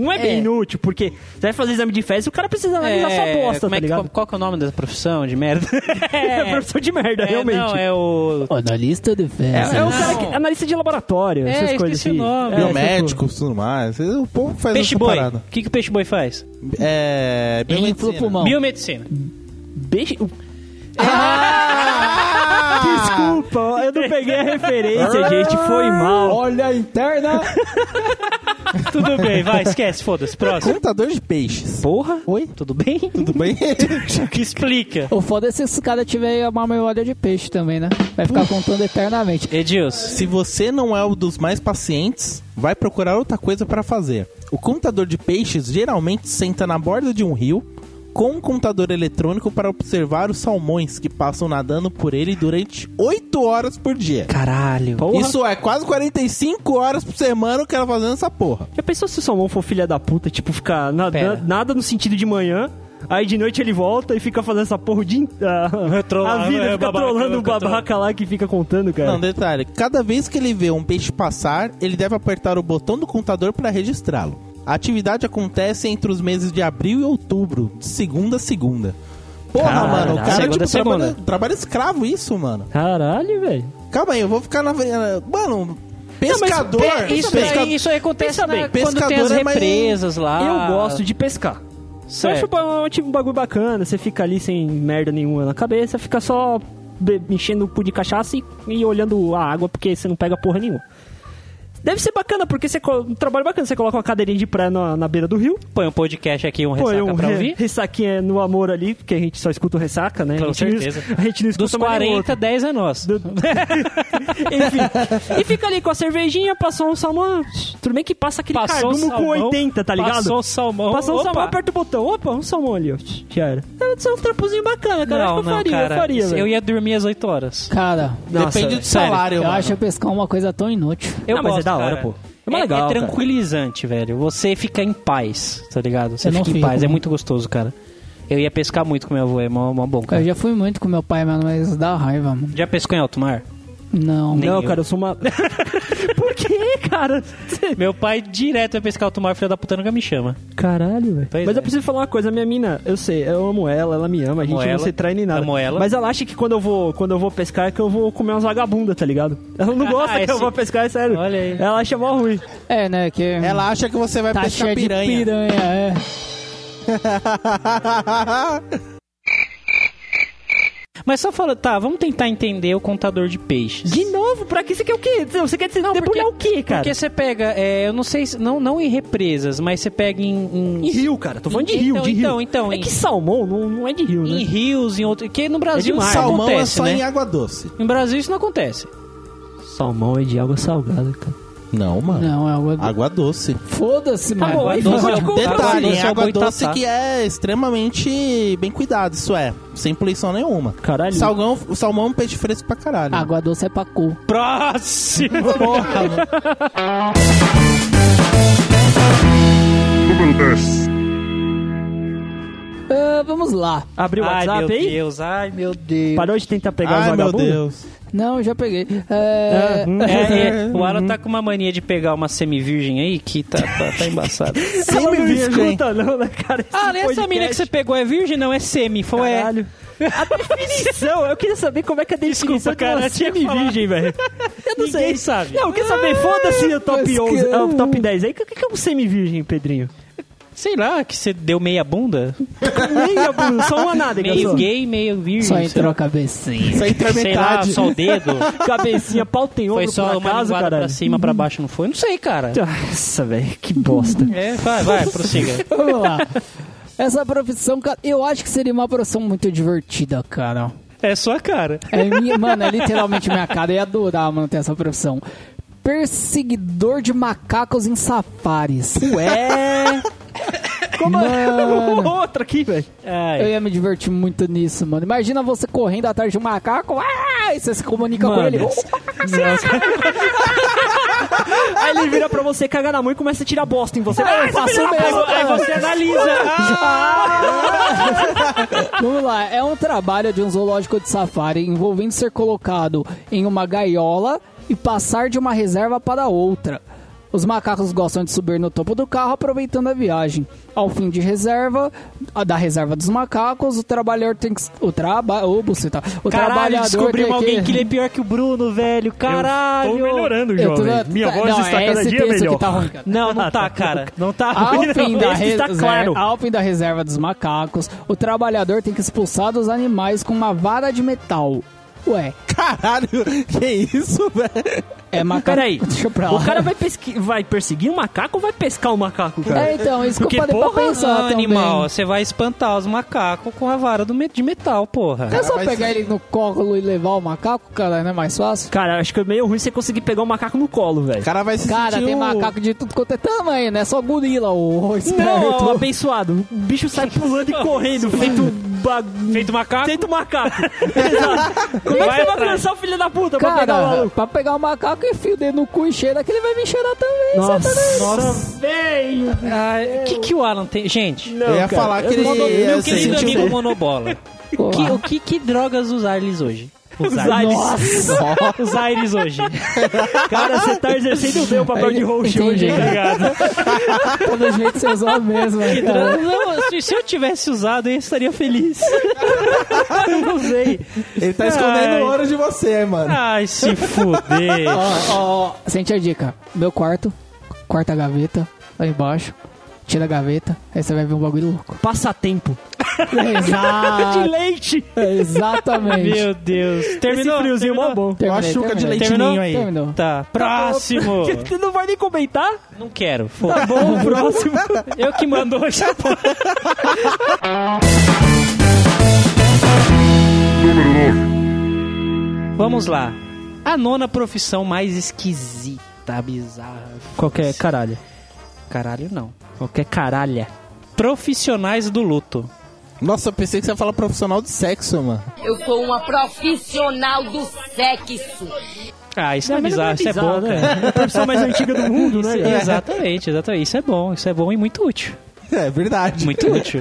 [SPEAKER 1] Não é bem
[SPEAKER 4] É.
[SPEAKER 1] inútil, porque você vai fazer exame de fezes e o cara precisa analisar sua bosta,
[SPEAKER 2] É, como
[SPEAKER 1] tá
[SPEAKER 2] é que-
[SPEAKER 1] ligado?
[SPEAKER 2] qual que é o nome da profissão de merda?
[SPEAKER 1] É, profissão de merda, realmente.
[SPEAKER 2] Não, é o...
[SPEAKER 4] Analista de
[SPEAKER 1] É,
[SPEAKER 4] fezes.
[SPEAKER 1] é o
[SPEAKER 2] Não.
[SPEAKER 1] cara que analista de laboratório,
[SPEAKER 2] É,
[SPEAKER 1] essas
[SPEAKER 2] eu
[SPEAKER 1] coisas
[SPEAKER 2] esqueci
[SPEAKER 1] assim.
[SPEAKER 2] o nome.
[SPEAKER 1] É,
[SPEAKER 3] Biomédico, tudo mais. O povo faz
[SPEAKER 2] Peixe
[SPEAKER 3] essa
[SPEAKER 2] boi.
[SPEAKER 3] parada.
[SPEAKER 2] O que, que o peixe boi faz?
[SPEAKER 3] É.
[SPEAKER 4] Ele inflou o pulmão.
[SPEAKER 2] Biomedicina.
[SPEAKER 1] Beijo.
[SPEAKER 2] Ah!
[SPEAKER 1] Desculpa, eu não peguei a referência, gente. Foi mal.
[SPEAKER 3] Olha a interna.
[SPEAKER 2] Tudo bem, vai, esquece, foda-se, próximo.
[SPEAKER 3] Contador de peixes.
[SPEAKER 2] Porra,
[SPEAKER 3] Oi?
[SPEAKER 2] tudo bem?
[SPEAKER 3] Tudo bem?
[SPEAKER 2] Que explica.
[SPEAKER 4] O foda é se esse cara tiver uma memória de peixe também, né? Vai ficar contando eternamente.
[SPEAKER 2] Edilson.
[SPEAKER 3] Se você não é um dos mais pacientes, vai procurar outra coisa para fazer. O contador de peixes geralmente senta na borda de um rio com um contador eletrônico para observar os salmões que passam nadando por ele durante 8 horas por dia.
[SPEAKER 2] Caralho.
[SPEAKER 1] Porra.
[SPEAKER 3] Isso é quase 45 horas por semana o cara fazendo essa porra.
[SPEAKER 1] Já pensou se o Salmão for filha da puta, tipo, ficar nada,
[SPEAKER 2] Pera.
[SPEAKER 1] nada no sentido de manhã, aí de noite ele volta e fica fazendo essa porra o dia inteiro.
[SPEAKER 2] Trollando,
[SPEAKER 1] A vida
[SPEAKER 2] é,
[SPEAKER 1] fica
[SPEAKER 2] babaca,
[SPEAKER 1] trolando o
[SPEAKER 2] fica
[SPEAKER 1] babaca lá que fica contando,
[SPEAKER 2] É.
[SPEAKER 1] cara.
[SPEAKER 3] Não, detalhe. Cada vez que ele vê um peixe passar, ele deve apertar o botão do contador para registrá-lo. A atividade acontece entre os meses de abril e outubro, de segunda a segunda. Porra,
[SPEAKER 1] Caralho,
[SPEAKER 3] mano, o cara
[SPEAKER 2] segunda a
[SPEAKER 3] tipo,
[SPEAKER 2] segunda.
[SPEAKER 3] Trabalha, trabalha escravo isso, mano.
[SPEAKER 1] Caralho, velho.
[SPEAKER 3] Calma aí, eu vou ficar na... eh, Mano, pescador...
[SPEAKER 2] Pe- Isso,
[SPEAKER 3] pesca-
[SPEAKER 2] aí, isso aí acontece
[SPEAKER 1] pensa
[SPEAKER 2] na-
[SPEAKER 1] bem,
[SPEAKER 2] quando tem
[SPEAKER 3] pescador
[SPEAKER 2] as
[SPEAKER 3] é mais-
[SPEAKER 2] represas lá.
[SPEAKER 1] Eu gosto de pescar. Eu acho
[SPEAKER 2] Certo.
[SPEAKER 1] um, tipo, um bagulho bacana, você fica ali sem merda nenhuma na cabeça, fica só be- enchendo o cu de cachaça e, e olhando a água porque você não pega porra nenhuma. Deve ser bacana, porque você co- um trabalho bacana, você coloca uma cadeirinha de praia na, na beira do rio,
[SPEAKER 2] Põe um podcast aqui, um
[SPEAKER 1] põe
[SPEAKER 2] ressaca
[SPEAKER 1] um
[SPEAKER 2] pra
[SPEAKER 1] re-
[SPEAKER 2] ouvir.
[SPEAKER 1] ressaquinha no amor ali, porque a gente só escuta o ressaca, né? a
[SPEAKER 2] Com
[SPEAKER 1] gente não es-
[SPEAKER 2] certeza.
[SPEAKER 1] a gente não escuta
[SPEAKER 2] Dos
[SPEAKER 1] mais nenhum
[SPEAKER 2] 40, 10 é nosso.
[SPEAKER 1] do- Enfim. E fica ali com a cervejinha, passou um salmão. Tudo bem que passa aquele
[SPEAKER 2] Passou
[SPEAKER 1] cardumo com
[SPEAKER 2] salmão,
[SPEAKER 1] 80, tá ligado?
[SPEAKER 2] Passou o salmão.
[SPEAKER 1] Passou um
[SPEAKER 2] opa.
[SPEAKER 1] salmão, aperta o botão. Opa, um salmão ali, ó. Já era. Deve ser um trampozinho bacana, cara.
[SPEAKER 2] Não,
[SPEAKER 1] acho que eu
[SPEAKER 2] não,
[SPEAKER 1] faria,
[SPEAKER 2] cara.
[SPEAKER 1] eu faria,
[SPEAKER 2] eu
[SPEAKER 1] velho.
[SPEAKER 2] ia dormir às 8 horas.
[SPEAKER 4] Cara,
[SPEAKER 2] Nossa,
[SPEAKER 3] Depende do
[SPEAKER 2] sério.
[SPEAKER 3] salário,
[SPEAKER 4] eu
[SPEAKER 3] mano.
[SPEAKER 4] acho pescar uma coisa tão inútil.
[SPEAKER 2] Eu
[SPEAKER 1] Não, mas
[SPEAKER 2] gosto,
[SPEAKER 1] é da hora,
[SPEAKER 2] cara.
[SPEAKER 1] pô. É mais legal, cara.
[SPEAKER 2] tranquilizante, velho. Você fica em paz, tá ligado? Você
[SPEAKER 4] Eu não
[SPEAKER 2] fica em
[SPEAKER 4] fico,
[SPEAKER 2] paz. É
[SPEAKER 4] mano.
[SPEAKER 2] muito gostoso, cara. Eu ia pescar muito com meu avô, é mó, mó bom, cara.
[SPEAKER 4] Eu já fui muito com meu pai, mano, mas dá raiva, mano.
[SPEAKER 2] Já pescou em alto mar?
[SPEAKER 4] Não,
[SPEAKER 2] Nem-
[SPEAKER 1] Não,
[SPEAKER 2] eu.
[SPEAKER 1] cara, eu sou uma... Por quê, cara?
[SPEAKER 2] Meu pai direto ia pescar em alto mar, filho da puta nunca me chama.
[SPEAKER 1] Caralho, velho.
[SPEAKER 2] Pois
[SPEAKER 1] Mas
[SPEAKER 2] é.
[SPEAKER 1] eu preciso falar uma coisa, minha mina, eu sei, eu amo ela, ela me ama, a gente
[SPEAKER 2] Amo
[SPEAKER 1] não
[SPEAKER 2] ela,
[SPEAKER 1] se trai nem nada.
[SPEAKER 2] amo ela.
[SPEAKER 1] Mas ela acha que quando eu vou, quando eu vou pescar é que eu vou comer umas vagabundas, tá ligado? Ela não gosta
[SPEAKER 2] Ah,
[SPEAKER 1] que eu
[SPEAKER 2] esse-
[SPEAKER 1] vou pescar, é sério.
[SPEAKER 2] Olha aí.
[SPEAKER 1] Ela acha mó ruim.
[SPEAKER 4] É, né, que
[SPEAKER 3] Ela acha que você vai
[SPEAKER 4] tá
[SPEAKER 3] pescar
[SPEAKER 4] cheia de
[SPEAKER 3] piranha.
[SPEAKER 4] piranha, é.
[SPEAKER 2] Mas só fala, tá, vamos tentar entender o contador de peixes. é
[SPEAKER 1] De novo, pra que você quer o quê? Você quer dizer, não,
[SPEAKER 2] porque-
[SPEAKER 1] debulhar o quê, cara?
[SPEAKER 2] Porque você pega, é, eu não sei, se- não, não em represas, mas você pega em, em,
[SPEAKER 1] Em rio, cara. Tô falando de
[SPEAKER 2] Então,
[SPEAKER 1] rio, de rio.
[SPEAKER 2] então, então,
[SPEAKER 1] É
[SPEAKER 2] em-
[SPEAKER 1] que salmão não, não é de rio,
[SPEAKER 2] em
[SPEAKER 1] né?
[SPEAKER 2] rios, em outro. Que no
[SPEAKER 1] É
[SPEAKER 2] Brasil
[SPEAKER 1] demais.
[SPEAKER 2] isso não
[SPEAKER 3] Salmão é
[SPEAKER 2] Ah, acontece,
[SPEAKER 3] só
[SPEAKER 2] né?
[SPEAKER 3] em água doce.
[SPEAKER 2] Em Brasil isso não acontece.
[SPEAKER 1] Salmão é de água salgada, cara.
[SPEAKER 3] Não, mano.
[SPEAKER 4] Não, é água doce.
[SPEAKER 3] Água doce.
[SPEAKER 4] Foda-se,
[SPEAKER 1] Tá
[SPEAKER 4] mano.
[SPEAKER 1] bom,
[SPEAKER 2] Água
[SPEAKER 1] enfim,
[SPEAKER 2] doce é
[SPEAKER 1] pode
[SPEAKER 2] um
[SPEAKER 1] comprar.
[SPEAKER 2] doce
[SPEAKER 3] Detalhe, é
[SPEAKER 2] é o
[SPEAKER 3] água
[SPEAKER 2] boitatá.
[SPEAKER 3] doce que é extremamente bem cuidado, isso é, sem poluição nenhuma.
[SPEAKER 1] Caralho.
[SPEAKER 3] Salgão, o salmão é um peixe fresco pra caralho.
[SPEAKER 4] Água doce é pra cu.
[SPEAKER 2] Próximo!
[SPEAKER 3] Porra, mano.
[SPEAKER 4] Ah, vamos lá.
[SPEAKER 1] Abriu o
[SPEAKER 2] ai, meu
[SPEAKER 1] WhatsApp aí?
[SPEAKER 2] Deus, ai, meu Deus.
[SPEAKER 1] Parou de tentar pegar os
[SPEAKER 3] Ai, meu
[SPEAKER 1] vagabundos?
[SPEAKER 3] Deus.
[SPEAKER 4] Não, eu já peguei.
[SPEAKER 1] Ah,
[SPEAKER 4] É,
[SPEAKER 1] hum.
[SPEAKER 2] É, é, o Alan tá com uma mania de pegar uma semi-virgem aí que tá, tá, tá embaçado.
[SPEAKER 1] Ela
[SPEAKER 3] Sem me
[SPEAKER 1] não
[SPEAKER 3] vir, gente.
[SPEAKER 1] escuta, não, né, cara? Esse
[SPEAKER 2] Ah, essa
[SPEAKER 1] podcast,
[SPEAKER 2] mina que você pegou é virgem? Não, é semi. Foi é.
[SPEAKER 1] Caralho. A definição, eu queria saber como é que é a definição
[SPEAKER 2] Desculpa,
[SPEAKER 1] de uma
[SPEAKER 2] cara, eu tinha que falar.
[SPEAKER 1] semi-virgem, Ah, velho. Eu não
[SPEAKER 2] Ninguém
[SPEAKER 1] sei.
[SPEAKER 2] sabe.
[SPEAKER 1] Não, quer saber? Foda-se o
[SPEAKER 4] mas
[SPEAKER 1] top
[SPEAKER 4] que-
[SPEAKER 1] 11,
[SPEAKER 2] é
[SPEAKER 1] ah, o top 10 aí. O que que é um semi-virgem, Pedrinho?
[SPEAKER 2] Sei lá, que você deu meia bunda?
[SPEAKER 1] Meia bunda, só uma nada,
[SPEAKER 2] Meio
[SPEAKER 1] garçom.
[SPEAKER 2] gay, meio virgem.
[SPEAKER 4] só
[SPEAKER 2] sei
[SPEAKER 4] entrou
[SPEAKER 2] lá.
[SPEAKER 4] a cabecinha.
[SPEAKER 3] Só entra
[SPEAKER 2] Sei lá,
[SPEAKER 3] metade.
[SPEAKER 2] só o dedo.
[SPEAKER 1] Cabecinha, Assim, pau tem
[SPEAKER 2] Foi
[SPEAKER 1] ombro
[SPEAKER 2] só
[SPEAKER 1] por
[SPEAKER 2] uma
[SPEAKER 1] acaso,
[SPEAKER 2] linguada
[SPEAKER 1] caralho.
[SPEAKER 2] pra cima, pra baixo, não foi? Não sei, cara.
[SPEAKER 1] Nossa, velho, que bosta.
[SPEAKER 2] É, vai, vai, prossiga.
[SPEAKER 4] Vamos lá. Essa profissão, cara, eu acho que seria uma profissão muito divertida, cara.
[SPEAKER 2] É sua cara.
[SPEAKER 4] É minha, mano, é literalmente minha cara. Eu ia adorar, mano, ter essa profissão. Perseguidor de macacos em safaris.
[SPEAKER 1] Ué! Como
[SPEAKER 4] Mano.
[SPEAKER 1] é? Outra aqui, velho. É,
[SPEAKER 4] Eu
[SPEAKER 2] Ai.
[SPEAKER 4] ia me divertir muito nisso, mano. Imagina você correndo atrás de um macaco, ah, e você se comunica com
[SPEAKER 1] Mano,
[SPEAKER 4] ele.
[SPEAKER 1] Aí ele vira pra você, caga na mão e começa a tirar bosta em você.
[SPEAKER 4] Ah,
[SPEAKER 1] Ah,
[SPEAKER 4] eu faço
[SPEAKER 1] filho da
[SPEAKER 4] mesmo.
[SPEAKER 1] puta!
[SPEAKER 2] Aí você analisa.
[SPEAKER 4] Vamos lá, é um trabalho de um zoológico de safari envolvendo ser colocado em uma gaiola e passar de uma reserva para outra. Os macacos gostam de subir no topo do carro aproveitando a viagem. Ao fim de reserva, a da reserva dos macacos, o trabalhador tem que o trabalho, ô buceta, o
[SPEAKER 2] Caralho,
[SPEAKER 4] trabalhador tem
[SPEAKER 2] descobrimos alguém que ele é pior que o Bruno, velho. Caralho.
[SPEAKER 4] Eu tô na- não, é esse texto Que tá ruim, cara.
[SPEAKER 2] Não, não tá, cara. Não tá
[SPEAKER 4] Ao
[SPEAKER 2] ruim, não.
[SPEAKER 4] fim, da
[SPEAKER 2] Esse
[SPEAKER 4] reserva,
[SPEAKER 2] tá claro.
[SPEAKER 4] ao fim da reserva dos macacos, o trabalhador tem que expulsar dos animais com uma vara de metal. Ué,
[SPEAKER 3] Caralho, que isso, velho?
[SPEAKER 4] é macaco.
[SPEAKER 1] Peraí,
[SPEAKER 4] deixa pra lá.
[SPEAKER 1] o cara vai, pesqui- vai perseguir um macaco ou vai pescar o macaco, cara?
[SPEAKER 4] É, então, isso que
[SPEAKER 1] Porque,
[SPEAKER 4] eu parei pra
[SPEAKER 1] porra, é um
[SPEAKER 4] pensar
[SPEAKER 2] Ah,
[SPEAKER 4] também.
[SPEAKER 2] animal, você vai espantar os macacos com a vara do me- de metal, porra.
[SPEAKER 4] É só
[SPEAKER 3] Vai
[SPEAKER 4] pegar
[SPEAKER 3] ser-
[SPEAKER 4] ele no colo e levar o macaco, cara, não é mais fácil?
[SPEAKER 1] Cara, acho que é meio ruim você conseguir pegar o macaco no colo,
[SPEAKER 3] O
[SPEAKER 1] velho.
[SPEAKER 3] cara vai se
[SPEAKER 4] Cara,
[SPEAKER 3] sentir um-
[SPEAKER 4] tem
[SPEAKER 3] o-
[SPEAKER 4] macaco de tudo quanto é tamanho, né? Só gorila, o
[SPEAKER 1] Não,
[SPEAKER 4] esperto.
[SPEAKER 1] ó, abençoado. O bicho sai pulando e correndo, feito bagulho.
[SPEAKER 2] Feito macaco?
[SPEAKER 1] Feito macaco. Exato. Como é que
[SPEAKER 2] Vai
[SPEAKER 1] você vai
[SPEAKER 2] atrás.
[SPEAKER 1] alcançar o filho da puta pra pegar o
[SPEAKER 4] Cara,
[SPEAKER 1] maluco?
[SPEAKER 4] pra pegar o macaco, enfia o dedo no cu e cheira que ele vai me cheirar também.
[SPEAKER 1] Nossa, nossa, velho.
[SPEAKER 2] O que, que o Alan tem? Gente,
[SPEAKER 1] Não,
[SPEAKER 3] Eu ia
[SPEAKER 1] cara.
[SPEAKER 3] falar que ele
[SPEAKER 1] Mono-
[SPEAKER 3] ia
[SPEAKER 2] meu querido
[SPEAKER 3] sentir
[SPEAKER 2] amigo
[SPEAKER 3] o-
[SPEAKER 2] Monobola,
[SPEAKER 4] Pô,
[SPEAKER 2] que, o que, que drogas usar eles hoje?
[SPEAKER 1] Os
[SPEAKER 2] Usar
[SPEAKER 1] aliens.
[SPEAKER 2] Usar eles hoje.
[SPEAKER 1] Cara, você tá exercendo bem o papel de host
[SPEAKER 4] Entendi.
[SPEAKER 1] hoje, hein, ligado?
[SPEAKER 4] Todo jeito você usou mesmo, né, cara.
[SPEAKER 2] Não, se, se eu tivesse usado, eu estaria feliz. Eu não usei.
[SPEAKER 3] Ele tá escondendo
[SPEAKER 2] Ai.
[SPEAKER 3] ouro de você, mano.
[SPEAKER 2] Ai, se fuder.
[SPEAKER 4] Ó, ó, ó, sente a dica. Meu quarto, corta a gaveta, lá embaixo, tira a gaveta, aí você vai ver um bagulho louco.
[SPEAKER 1] Passatempo.
[SPEAKER 4] Exato,
[SPEAKER 1] De leite.
[SPEAKER 4] É, exatamente.
[SPEAKER 2] Meu Deus. Terminou?
[SPEAKER 1] Esse friozinho é
[SPEAKER 2] terminou?
[SPEAKER 1] mó bom.
[SPEAKER 4] Terminei,
[SPEAKER 3] chuca é de
[SPEAKER 4] terminei.
[SPEAKER 3] leite
[SPEAKER 2] Terminou?
[SPEAKER 3] ninho aí.
[SPEAKER 4] Terminou.
[SPEAKER 2] Tá, próximo.
[SPEAKER 1] Você não vai nem comentar?
[SPEAKER 2] Não quero. Tá
[SPEAKER 1] Bom, próximo.
[SPEAKER 2] Eu que mandou essa porra. Vamos lá. A nona profissão mais esquisita, bizarra.
[SPEAKER 1] Qualquer é, caralho.
[SPEAKER 2] Caralho, não.
[SPEAKER 1] Qualquer caralha.
[SPEAKER 2] Profissionais do luto.
[SPEAKER 3] Nossa, eu pensei que você ia falar profissional de sexo, mano.
[SPEAKER 5] Eu sou uma profissional do sexo.
[SPEAKER 2] Ah, isso não é
[SPEAKER 1] Mas
[SPEAKER 2] bizarro, isso é bom,
[SPEAKER 1] né?
[SPEAKER 2] cara.
[SPEAKER 1] É a profissão mais antiga do mundo, né?
[SPEAKER 2] Isso- Exatamente, exatamente. Isso é bom, isso é bom e muito útil.
[SPEAKER 3] É verdade.
[SPEAKER 2] Muito útil.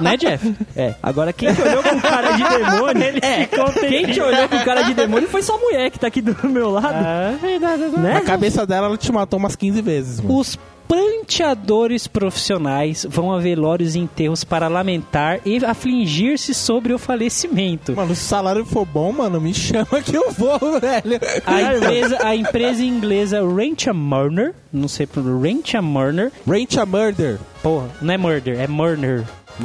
[SPEAKER 2] né, Jeff?
[SPEAKER 1] É, agora quem te olhou com cara de demônio, ele
[SPEAKER 2] É,
[SPEAKER 1] ficou Quem te olhou com cara de demônio foi só a mulher que tá aqui do meu lado,
[SPEAKER 2] Ah, verdade, verdade.
[SPEAKER 1] né?
[SPEAKER 3] A cabeça dela, ela te matou umas 15 vezes, mano.
[SPEAKER 2] Os pranteadores profissionais vão a velórios e enterros para lamentar e afligir-se sobre o falecimento.
[SPEAKER 3] Mano, se o salário for bom, mano, me chama que eu vou, velho.
[SPEAKER 2] A empresa, a empresa inglesa Rent a Murner, não sei por Rent a Murner,
[SPEAKER 3] Rent a murder.
[SPEAKER 2] porra, não é murder, é murner.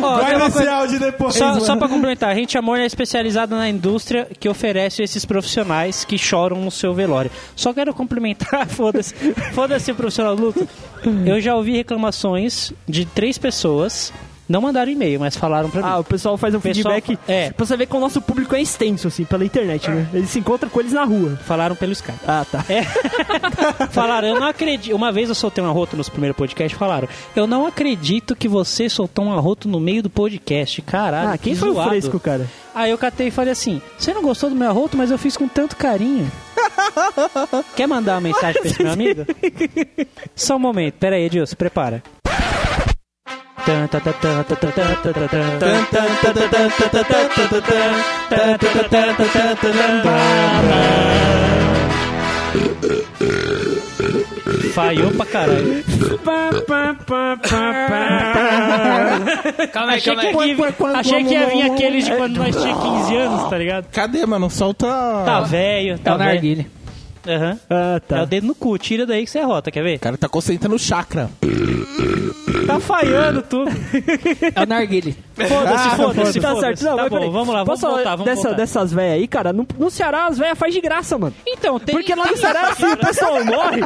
[SPEAKER 3] Guarda esse áudio depois,
[SPEAKER 2] Só,
[SPEAKER 3] mano.
[SPEAKER 2] só pra complementar, a Rent a Murner é especializada na indústria que oferece esses profissionais que choram no seu velório. Só quero complementar, foda-se, foda-se o profissional do luto. Eu já ouvi reclamações de três pessoas Não mandaram e-mail, mas falaram pra mim.
[SPEAKER 1] Ah, o pessoal faz um
[SPEAKER 2] Pessoal-
[SPEAKER 1] feedback.
[SPEAKER 2] é.
[SPEAKER 1] Pra você ver que o nosso público é extenso, assim, pela internet, né? Eles se encontram com eles na rua.
[SPEAKER 2] Falaram pelo Skype.
[SPEAKER 1] Ah, tá.
[SPEAKER 2] Falaram, eu não acredito. Uma vez eu soltei um arroto nos primeiros podcasts, falaram, eu não acredito que você soltou um arroto no meio do podcast. Caralho,
[SPEAKER 1] Ah, quem
[SPEAKER 2] que
[SPEAKER 1] foi o
[SPEAKER 2] zoado.
[SPEAKER 1] fresco, cara?
[SPEAKER 2] Aí eu catei e falei assim: Você não gostou do meu arroto, mas eu fiz com tanto carinho. Quer mandar uma mensagem pra esse meu amigo? Só um momento, pera aí, Edil, se prepara. Falhou pra caralho. Calma aí, achei que, ia vir- achei que ia vir aqueles de quando nós tinha 15 anos, tá ligado?
[SPEAKER 3] Cadê, mano? Solta.
[SPEAKER 2] Tá velho,
[SPEAKER 4] É
[SPEAKER 2] tá
[SPEAKER 4] o
[SPEAKER 2] velho.
[SPEAKER 4] narguile.
[SPEAKER 2] Aham.
[SPEAKER 1] Ah,
[SPEAKER 2] É o
[SPEAKER 1] tá.
[SPEAKER 2] dedo no cu, tira daí que você é rota, quer ver?
[SPEAKER 3] O cara tá concentrando o chakra.
[SPEAKER 1] É,
[SPEAKER 2] Tá falhando tudo.
[SPEAKER 4] É o narguile.
[SPEAKER 2] Foda-se, foda-se,
[SPEAKER 1] Tá
[SPEAKER 2] foda-se.
[SPEAKER 1] certo, não,
[SPEAKER 2] tá
[SPEAKER 1] mas
[SPEAKER 2] bom,
[SPEAKER 1] peraí.
[SPEAKER 2] vamos lá, vamos
[SPEAKER 1] Posso falar
[SPEAKER 2] voltar, vamos
[SPEAKER 1] dessa,
[SPEAKER 2] voltar.
[SPEAKER 1] Dessas véias aí, cara, no, no Ceará as véias faz de graça, mano.
[SPEAKER 2] Então, tem...
[SPEAKER 1] Porque lá no Ceará, assim, o pessoal morre,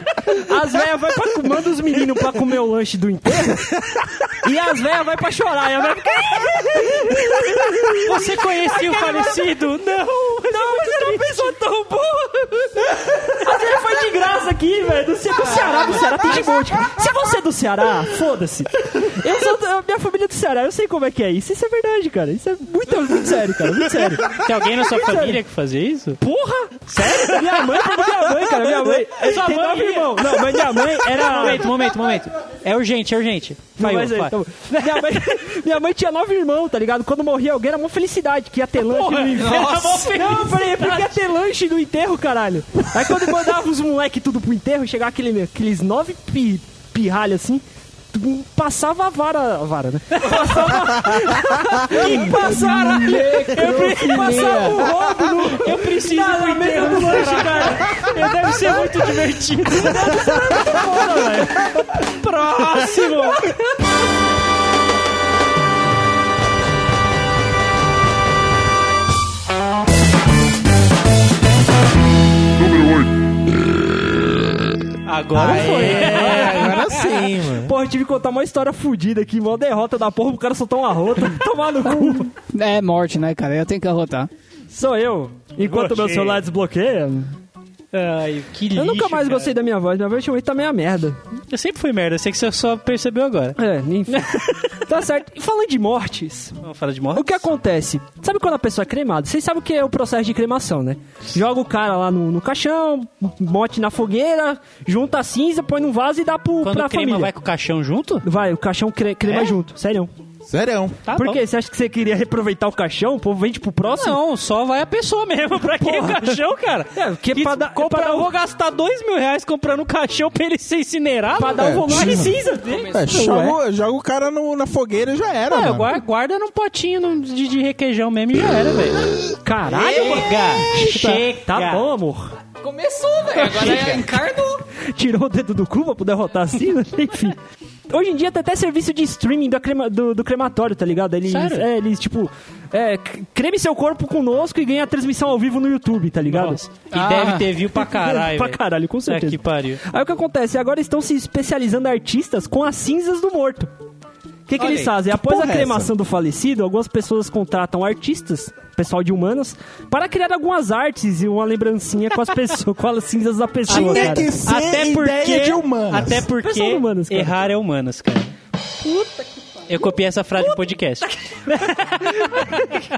[SPEAKER 1] as velhas vai pra, manda os meninos pra comer o lanche do enterro, e as velhas vai pra chorar, e a véia fica,
[SPEAKER 2] Você conhecia o falecido? Não! é
[SPEAKER 1] não, mas era uma pessoa tão boa. As velhas faz de graça aqui, velho, do Ce- do Ceará, do Ceará tem de monte. Se você é do Ceará, foda-se. Eu sou, da- minha família é do Ceará, eu sei como é que é isso, isso é verdade, cara, isso é muito, muito sério, cara, muito sério.
[SPEAKER 2] Tem alguém na sua família que fazia isso?
[SPEAKER 1] Porra! Sério? Minha mãe, minha mãe, cara, minha mãe.
[SPEAKER 2] Sua
[SPEAKER 1] tem
[SPEAKER 2] mãe
[SPEAKER 1] nove
[SPEAKER 2] ia.
[SPEAKER 1] irmãos. Não, mas minha mãe era...
[SPEAKER 2] Momento, momento, momento. É urgente, é urgente.
[SPEAKER 1] Não,
[SPEAKER 2] Falhou,
[SPEAKER 1] mas aí,
[SPEAKER 2] vai.
[SPEAKER 1] tá bom. minha, mãe, minha mãe tinha nove irmãos, tá ligado? Quando morria alguém era uma felicidade, que ia ter lanche no enterro.
[SPEAKER 2] Nossa.
[SPEAKER 1] Não, peraí, porque ia ter lanche no enterro, caralho. Aí quando mandava os moleque tudo pro enterro, chegava aquele, aqueles nove pi, pirralha assim, tu- passava a vara, a vara, né? Passava... passava... Eu preciso passar o roubo no... Eu preciso na mesa do lanche, cara. Eu deve ser
[SPEAKER 2] tá
[SPEAKER 1] muito divertido. Próximo!
[SPEAKER 2] Agora foi.
[SPEAKER 3] É, agora sim, mano.
[SPEAKER 1] Porra, eu tive que contar uma história fodida aqui, mó derrota da porra, o cara soltou uma rota, tomar no cu.
[SPEAKER 4] É morte, né, cara? Eu tenho que arrotar.
[SPEAKER 1] Sou eu. Enquanto meu
[SPEAKER 2] Gostei.
[SPEAKER 1] celular desbloqueia.
[SPEAKER 2] Ai, que lixo,
[SPEAKER 1] eu nunca mais
[SPEAKER 2] cara.
[SPEAKER 1] gostei da minha voz, minha voz ultimamente tá meia merda.
[SPEAKER 2] Eu sempre fui merda, eu sei que você só percebeu agora.
[SPEAKER 1] É, enfim. tá certo. E falando de mortes,
[SPEAKER 2] Vamos falar de morte?
[SPEAKER 1] o que acontece? Sabe quando a pessoa é cremada? Vocês sabem o que é o processo de cremação, né? Joga o cara lá no, no caixão, bote na fogueira, junta a cinza, põe num vaso e dá pro,
[SPEAKER 2] Quando
[SPEAKER 1] pra
[SPEAKER 2] o crema
[SPEAKER 1] família.
[SPEAKER 2] vai com o caixão junto?
[SPEAKER 1] Vai, o caixão cre- crema
[SPEAKER 2] É?
[SPEAKER 1] junto, sério.
[SPEAKER 3] Sério.
[SPEAKER 2] Tá
[SPEAKER 1] Por
[SPEAKER 2] bom.
[SPEAKER 1] quê? Você acha que você queria reaproveitar o caixão? O povo vende pro próximo?
[SPEAKER 2] Não, só vai a pessoa mesmo. Pra que o caixão, cara?
[SPEAKER 1] É, porque
[SPEAKER 2] Que
[SPEAKER 1] pra dar-
[SPEAKER 2] compra-
[SPEAKER 1] pra dar- um-
[SPEAKER 2] eu vou gastar dois mil reais comprando um caixão pra ele ser incinerado?
[SPEAKER 1] Pra dar
[SPEAKER 3] É,
[SPEAKER 1] um volume de
[SPEAKER 3] tira.
[SPEAKER 1] cinza.
[SPEAKER 3] É, joga, joga o cara no- na fogueira e já era,
[SPEAKER 2] Ah,
[SPEAKER 3] mano.
[SPEAKER 2] guarda, guarda num potinho num- de, de requeijão mesmo e já era, velho.
[SPEAKER 1] Caralho,
[SPEAKER 2] Chega! Chega!
[SPEAKER 1] Tá bom, amor.
[SPEAKER 4] Começou, velho. Agora é encarnou.
[SPEAKER 1] Tirou o dedo do cu pra poder rotar assim, né? enfim. Hoje em dia tem até serviço de streaming da crema- do, do crematório, tá ligado? Eles,
[SPEAKER 2] Sério?
[SPEAKER 1] é, eles tipo, é, c- creme seu corpo conosco e ganha a transmissão ao vivo no YouTube, tá ligado?
[SPEAKER 2] Nossa. E
[SPEAKER 4] Ah.
[SPEAKER 2] deve ter viu pra caralho.
[SPEAKER 1] pra
[SPEAKER 2] velho.
[SPEAKER 1] caralho, com
[SPEAKER 2] Puta
[SPEAKER 1] certeza.
[SPEAKER 2] que pariu.
[SPEAKER 1] Aí o que acontece? Agora estão se especializando artistas com as cinzas do morto. O que, que
[SPEAKER 3] Olha
[SPEAKER 1] eles
[SPEAKER 3] aí,
[SPEAKER 1] fazem?
[SPEAKER 3] que
[SPEAKER 1] Após a
[SPEAKER 3] porra é
[SPEAKER 1] cremação do falecido, algumas pessoas contratam artistas, pessoal de humanas, para criar algumas artes e uma lembrancinha com as pessoas, com as cinzas da pessoa.
[SPEAKER 3] Tinha
[SPEAKER 1] cara.
[SPEAKER 3] que ser
[SPEAKER 2] Até porque,
[SPEAKER 3] ideia de humanas.
[SPEAKER 2] até porque
[SPEAKER 1] Pessoal de humanas, cara.
[SPEAKER 2] errar é humanas, cara. Eu copiei essa frase do podcast.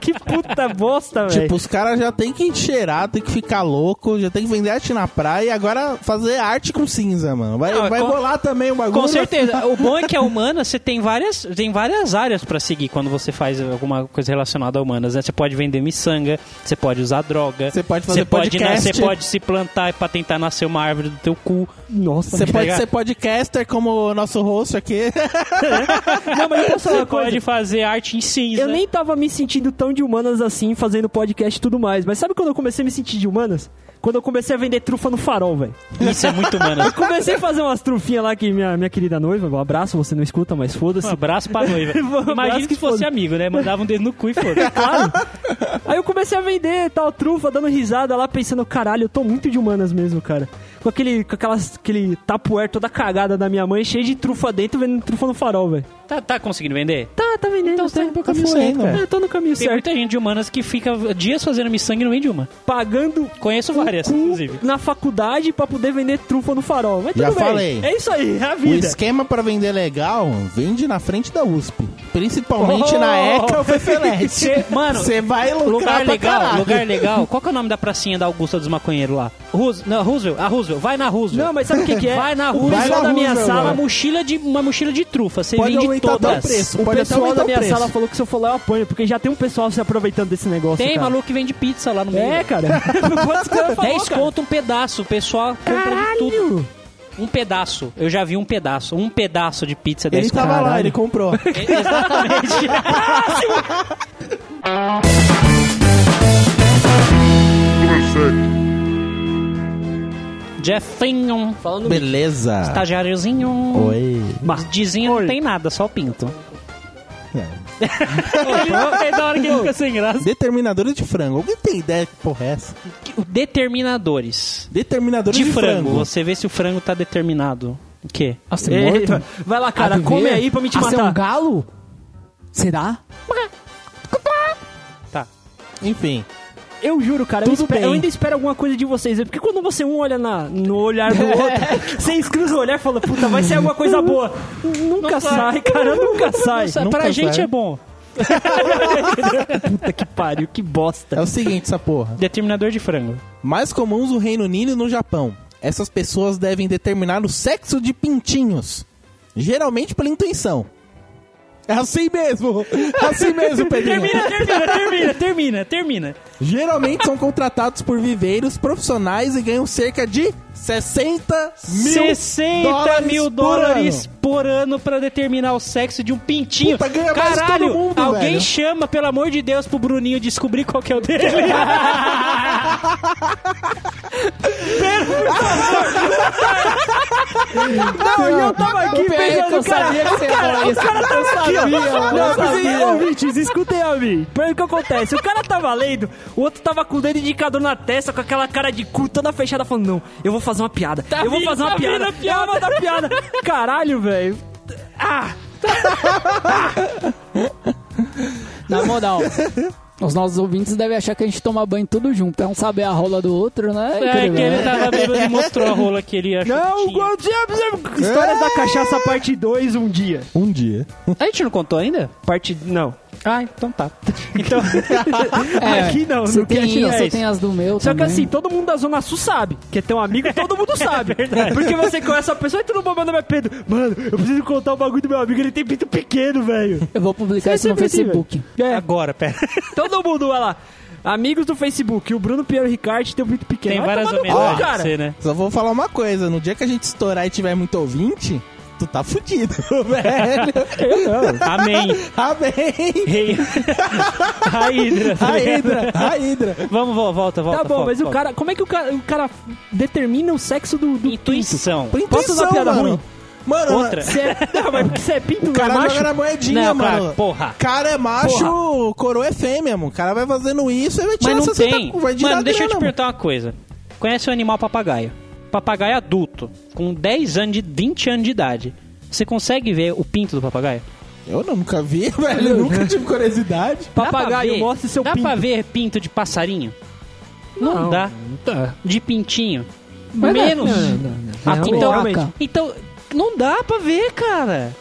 [SPEAKER 1] Que puta bosta, velho.
[SPEAKER 3] Tipo, os caras já tem que cheirar, tem que ficar louco, já tem que vender arte na praia e agora fazer arte com cinza, mano. Vai,
[SPEAKER 2] Não,
[SPEAKER 3] vai
[SPEAKER 2] com-
[SPEAKER 3] rolar também o bagulho.
[SPEAKER 2] Com certeza. O bom é que a humana, você tem várias, tem várias áreas pra seguir quando você faz alguma coisa relacionada a humanas, né? Você pode vender miçanga, você pode usar droga.
[SPEAKER 3] Você pode fazer
[SPEAKER 2] você pode, né,
[SPEAKER 3] podcast.
[SPEAKER 2] Você pode se plantar pra tentar nascer uma árvore do teu cu.
[SPEAKER 1] Nossa,
[SPEAKER 3] Você
[SPEAKER 2] Tá
[SPEAKER 1] velho.
[SPEAKER 3] pode ser podcaster como o nosso host aqui.
[SPEAKER 1] Não, mas eu posso falar
[SPEAKER 2] Você
[SPEAKER 1] uma coisa.
[SPEAKER 2] pode fazer arte em cinza.
[SPEAKER 1] Eu nem tava me sentindo tão de humanas assim, fazendo podcast e tudo mais. Mas sabe quando eu comecei a me sentir de humanas? Quando eu comecei a vender trufa no farol, velho.
[SPEAKER 2] Isso é muito humana.
[SPEAKER 1] Comecei a fazer umas trufinhas lá que minha, minha querida noiva, um abraço, você não escuta, mas
[SPEAKER 2] Um
[SPEAKER 1] foda-se.
[SPEAKER 2] abraço pra noiva.
[SPEAKER 1] Um abraço
[SPEAKER 2] Imagina
[SPEAKER 1] que
[SPEAKER 2] se fosse
[SPEAKER 1] foda.
[SPEAKER 2] amigo, né? Mandava um dedo no cu e foda.
[SPEAKER 1] Claro. Aí eu comecei a vender tal trufa, dando risada lá, pensando, caralho, eu tô muito de humanas mesmo, cara. com aquele, com aquelas, aquele tapuer toda cagada da minha mãe, cheio de trufa dentro, vendendo trufa no farol, velho.
[SPEAKER 2] Tá, tá conseguindo vender?
[SPEAKER 1] Tá, tá vendendo.
[SPEAKER 3] Então você tá indo pro caminho certo,
[SPEAKER 1] fluindo.
[SPEAKER 3] cara.
[SPEAKER 1] É, tô no caminho
[SPEAKER 2] Tem
[SPEAKER 1] certo.
[SPEAKER 2] muita gente de humanas que fica dias fazendo missão e não vende uma.
[SPEAKER 1] Pagando
[SPEAKER 2] Conheço várias,
[SPEAKER 1] cu
[SPEAKER 2] inclusive.
[SPEAKER 1] na faculdade pra poder vender trufa no farol. Mas
[SPEAKER 3] Já
[SPEAKER 1] tudo bem.
[SPEAKER 3] falei.
[SPEAKER 1] É isso aí, é a
[SPEAKER 3] O
[SPEAKER 1] vida.
[SPEAKER 3] esquema pra vender legal vende na frente da USP. Principalmente
[SPEAKER 1] Oh!
[SPEAKER 3] na ECA ou Fefelete.
[SPEAKER 2] Cê- mano,
[SPEAKER 3] você vai lucrar
[SPEAKER 2] Lugar
[SPEAKER 3] pra
[SPEAKER 2] legal,
[SPEAKER 3] caralho.
[SPEAKER 2] lugar legal. Qual que é o nome da pracinha da Augusta dos Maconheiros lá? Roosevelt, não, Roosevelt, a Roosevelt, vai na Roosevelt.
[SPEAKER 1] Não, mas sabe o que, que é?
[SPEAKER 2] Vai na
[SPEAKER 1] o
[SPEAKER 2] Roosevelt.
[SPEAKER 1] pessoal
[SPEAKER 3] Vai na
[SPEAKER 1] da minha
[SPEAKER 3] Roosevelt,
[SPEAKER 1] sala.
[SPEAKER 2] Uma
[SPEAKER 3] mano.
[SPEAKER 2] mochila de, uma mochila de trufa, você
[SPEAKER 3] é. Pode
[SPEAKER 2] vende
[SPEAKER 3] aumentar até o
[SPEAKER 2] todas.
[SPEAKER 3] preço.
[SPEAKER 1] O
[SPEAKER 3] Pode até
[SPEAKER 1] pessoal
[SPEAKER 3] aumentar
[SPEAKER 1] da
[SPEAKER 3] o
[SPEAKER 1] minha
[SPEAKER 3] preço.
[SPEAKER 1] sala falou que se eu falar eu apanho, porque já tem um pessoal se aproveitando desse negócio.
[SPEAKER 2] Tem
[SPEAKER 1] cara.
[SPEAKER 2] maluco que vende pizza lá no meio.
[SPEAKER 1] É, cara. Quantos que ela falou,
[SPEAKER 2] 10
[SPEAKER 1] cara?
[SPEAKER 2] conto um pedaço, o pessoal compra de tudo.
[SPEAKER 1] Caralho!
[SPEAKER 2] Um pedaço. Eu já vi um pedaço, um pedaço de pizza
[SPEAKER 3] Ele
[SPEAKER 2] 10
[SPEAKER 3] tava
[SPEAKER 2] conto.
[SPEAKER 3] lá, ele comprou.
[SPEAKER 2] Jeffinho,
[SPEAKER 4] Falando
[SPEAKER 3] Beleza.
[SPEAKER 2] estagiáriozinho.
[SPEAKER 3] Oi.
[SPEAKER 2] Mas dizinho não tem nada, só o pinto.
[SPEAKER 3] É.
[SPEAKER 2] é da hora que ele fica sem graça.
[SPEAKER 3] Determinadores de frango. Alguém tem ideia que porra é essa?
[SPEAKER 2] Determinadores.
[SPEAKER 3] Determinadores
[SPEAKER 2] De,
[SPEAKER 3] de,
[SPEAKER 2] frango. Você vê se o frango tá determinado. O quê?
[SPEAKER 4] Nossa, tem morto?
[SPEAKER 1] Eita, vai lá, cara, come aí pra me te
[SPEAKER 4] Ah, você é um
[SPEAKER 1] matar.
[SPEAKER 4] galo? Será?
[SPEAKER 2] Tá.
[SPEAKER 3] Enfim.
[SPEAKER 1] Eu juro, cara, eu,
[SPEAKER 3] Tudo
[SPEAKER 1] espero-
[SPEAKER 3] bem.
[SPEAKER 1] eu ainda espero alguma coisa de vocês. Porque quando você um olha na- no olhar do outro, vocês cruzam o olhar e falam, puta, vai ser alguma coisa boa. Nunca sai, cara, nunca sai.
[SPEAKER 2] Nossa,
[SPEAKER 3] nunca
[SPEAKER 2] pra
[SPEAKER 3] vai.
[SPEAKER 2] gente é bom.
[SPEAKER 1] Puta que pariu, que bosta.
[SPEAKER 3] É o seguinte, essa porra.
[SPEAKER 2] Determinador de frango.
[SPEAKER 3] Mais comuns no Reino Unido e no Japão. Essas pessoas devem determinar o sexo de pintinhos. Geralmente pela intuição. É assim mesmo. É assim mesmo, Pedrinho.
[SPEAKER 2] Termina, termina, termina, termina, termina.
[SPEAKER 3] Geralmente são contratados por viveiros profissionais e ganham cerca de 60 mil
[SPEAKER 2] 60
[SPEAKER 3] dólares
[SPEAKER 2] mil
[SPEAKER 3] por
[SPEAKER 2] dólares
[SPEAKER 3] ano.
[SPEAKER 2] por ano pra determinar o sexo de um pintinho.
[SPEAKER 3] Puta, ganha mais que
[SPEAKER 2] Caralho,
[SPEAKER 3] todo mundo,
[SPEAKER 2] alguém
[SPEAKER 3] velho.
[SPEAKER 2] chama, pelo amor de Deus, pro Bruninho descobrir qual que é o dele. Pera, por
[SPEAKER 1] Não, e eu tava aqui pensando,
[SPEAKER 4] eu
[SPEAKER 1] cara,
[SPEAKER 4] sabia que você ia falar isso. Eu sabia, mano,
[SPEAKER 1] Não,
[SPEAKER 4] eu
[SPEAKER 1] porque,
[SPEAKER 4] sabia.
[SPEAKER 1] ouvintes, escutem a mim. Pera o que acontece. O cara tava lendo, o outro tava com o dedo indicador na testa, com aquela cara de cu toda fechada, falando, não, eu vou fazer uma piada. eu vou
[SPEAKER 2] vindo,
[SPEAKER 1] fazer uma
[SPEAKER 2] tá
[SPEAKER 1] piada.
[SPEAKER 2] vindo a piada."
[SPEAKER 1] Eu vou fazer uma piada. Caralho, velho.
[SPEAKER 4] Na moral. Os nossos ouvintes devem achar que a gente toma banho tudo junto. É um saber a rola do outro, né?
[SPEAKER 2] É
[SPEAKER 4] Incrível,
[SPEAKER 2] que ele
[SPEAKER 4] né?
[SPEAKER 1] tá
[SPEAKER 2] tava bêbado e mostrou a rola que ele achou que
[SPEAKER 1] Não,
[SPEAKER 2] tinha.
[SPEAKER 1] Gordinho. é Histórias da Cachaça, parte 2, um dia.
[SPEAKER 3] Um dia.
[SPEAKER 2] A gente não contou ainda?
[SPEAKER 1] Parte. Não.
[SPEAKER 2] Ah, então tá. Então,
[SPEAKER 4] É,
[SPEAKER 1] Aqui não,
[SPEAKER 4] Você
[SPEAKER 1] no
[SPEAKER 4] tem
[SPEAKER 1] Cash
[SPEAKER 4] isso,
[SPEAKER 1] não é
[SPEAKER 4] você
[SPEAKER 1] isso.
[SPEAKER 4] tem as do meu
[SPEAKER 1] Só que
[SPEAKER 4] também.
[SPEAKER 1] assim, todo mundo da Zona Sul sabe. Que é teu amigo, todo mundo sabe. Porque você conhece a pessoa e tu não meu nome é Pedro. Mano, eu preciso contar o bagulho do meu amigo, ele tem pinto pequeno, velho.
[SPEAKER 4] Eu vou publicar isso no
[SPEAKER 1] Sempre assim,
[SPEAKER 4] Facebook.
[SPEAKER 1] velho. É,
[SPEAKER 2] agora, pera.
[SPEAKER 1] todo mundo, olha lá. Amigos do Facebook, o Bruno Piero Ricard tem um pinto pequeno.
[SPEAKER 2] Tem
[SPEAKER 1] Vai
[SPEAKER 2] várias
[SPEAKER 1] tomar no cu,
[SPEAKER 2] homenagens, pra
[SPEAKER 1] cara.
[SPEAKER 2] você, né?
[SPEAKER 3] Só vou falar uma coisa. No dia que a gente estourar e tiver muito ouvinte, tu tá fudido, velho.
[SPEAKER 2] Amém.
[SPEAKER 3] Amém.
[SPEAKER 2] Rei. A Hidra.
[SPEAKER 3] A Hidra, a Hidra.
[SPEAKER 2] Vamos, vo- volta, volta.
[SPEAKER 1] Tá bom,
[SPEAKER 2] volta,
[SPEAKER 1] mas o
[SPEAKER 2] volta.
[SPEAKER 1] cara. Como é que o cara, o cara determina o sexo do,
[SPEAKER 2] é
[SPEAKER 1] do pinto?
[SPEAKER 2] Intuição.
[SPEAKER 3] Por
[SPEAKER 1] Posso
[SPEAKER 3] intuição,
[SPEAKER 1] usar piada
[SPEAKER 3] mano.
[SPEAKER 1] ruim?
[SPEAKER 3] Mano,
[SPEAKER 2] Outra.
[SPEAKER 1] Você é, não, mas porque você é pinto,
[SPEAKER 3] o cara
[SPEAKER 1] não é macho?
[SPEAKER 3] joga na moedinha,
[SPEAKER 2] Não,
[SPEAKER 3] mano.
[SPEAKER 2] cara, porra.
[SPEAKER 3] Cara é macho, coroa é fêmea, mano. O cara vai fazendo isso e vai tirar
[SPEAKER 2] Mas não
[SPEAKER 3] 60
[SPEAKER 2] tem.
[SPEAKER 3] cu, tá vai né, tirar
[SPEAKER 2] Mano, deixa eu te
[SPEAKER 3] grana,
[SPEAKER 2] perguntar uma coisa. Conhece o animal papagaio? Papagaio adulto, com 10 anos, de 20 anos de idade. Você consegue ver o pinto do papagaio?
[SPEAKER 3] Eu não, nunca vi, velho. Eu nunca tive curiosidade.
[SPEAKER 2] Dá pra
[SPEAKER 1] Papagaio,
[SPEAKER 2] ver-
[SPEAKER 1] mostre seu
[SPEAKER 2] Dá
[SPEAKER 1] pinto.
[SPEAKER 2] pra ver pinto de passarinho? Não, tá. dá. De pintinho?
[SPEAKER 4] Mas não-
[SPEAKER 2] Menos.
[SPEAKER 4] não, não,
[SPEAKER 2] Ah,
[SPEAKER 1] Realmente,
[SPEAKER 2] então,
[SPEAKER 1] realmente.
[SPEAKER 2] então, não dá pra ver, cara.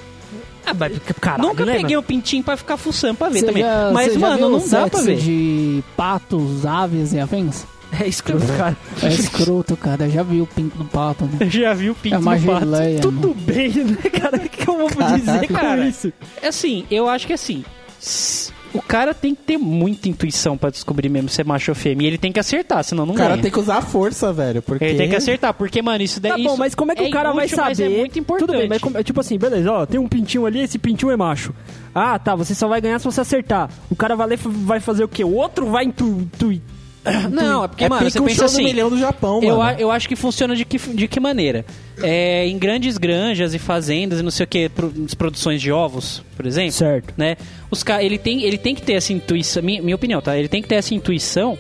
[SPEAKER 1] Ah, mas caralho,
[SPEAKER 2] Nunca
[SPEAKER 1] né,
[SPEAKER 2] peguei
[SPEAKER 1] mano?
[SPEAKER 2] um pintinho pra ficar fuçando pra ver
[SPEAKER 4] Você
[SPEAKER 2] também.
[SPEAKER 4] já-
[SPEAKER 2] Mas,
[SPEAKER 4] você já
[SPEAKER 2] mano,
[SPEAKER 4] viu o
[SPEAKER 2] não dá
[SPEAKER 4] sexo
[SPEAKER 2] pra ver.
[SPEAKER 4] de patos, aves e afins?
[SPEAKER 1] É escroto, cara.
[SPEAKER 4] É escroto, cara. Eu já vi o pinto do pato, né?
[SPEAKER 2] Eu já vi o pinto
[SPEAKER 4] É
[SPEAKER 2] do
[SPEAKER 4] uma
[SPEAKER 2] pato.
[SPEAKER 4] geleia. mano.
[SPEAKER 1] Tudo bem, né, cara? O que eu vou dizer com
[SPEAKER 2] cara.
[SPEAKER 1] isso?
[SPEAKER 2] É assim, eu acho que assim. s- O cara tem que ter muita intuição pra descobrir mesmo se é macho ou fêmea. E ele tem que acertar, senão não
[SPEAKER 3] O cara
[SPEAKER 2] ganha.
[SPEAKER 3] tem que usar a força, velho. Porque...
[SPEAKER 2] Ele tem que acertar, porque, mano, isso daí.
[SPEAKER 1] Tá bom,
[SPEAKER 2] isso
[SPEAKER 1] mas como é que o cara vai
[SPEAKER 2] inútil,
[SPEAKER 1] saber?
[SPEAKER 2] mas é muito importante.
[SPEAKER 1] Tudo bem, mas como- tipo assim, beleza, ó, tem um pintinho ali, esse pintinho é macho. Ah, tá, você só vai ganhar se você acertar. O cara vai, ler- vai fazer o quê? O outro vai intu, intu-
[SPEAKER 2] Não, é porque,
[SPEAKER 3] É
[SPEAKER 2] mano,
[SPEAKER 3] pica
[SPEAKER 2] você
[SPEAKER 3] um
[SPEAKER 2] pensa
[SPEAKER 3] show do
[SPEAKER 2] assim.
[SPEAKER 3] milhão do Japão,
[SPEAKER 2] Eu,
[SPEAKER 3] mano.
[SPEAKER 2] a- eu acho que funciona de que, de que maneira? É, em grandes granjas e fazendas e não sei o que, produções de ovos, por exemplo.
[SPEAKER 1] Certo.
[SPEAKER 2] Né? Os ca- ele, tem, ele tem que ter essa intuição, minha, minha opinião, tá? Ele tem que ter essa intuição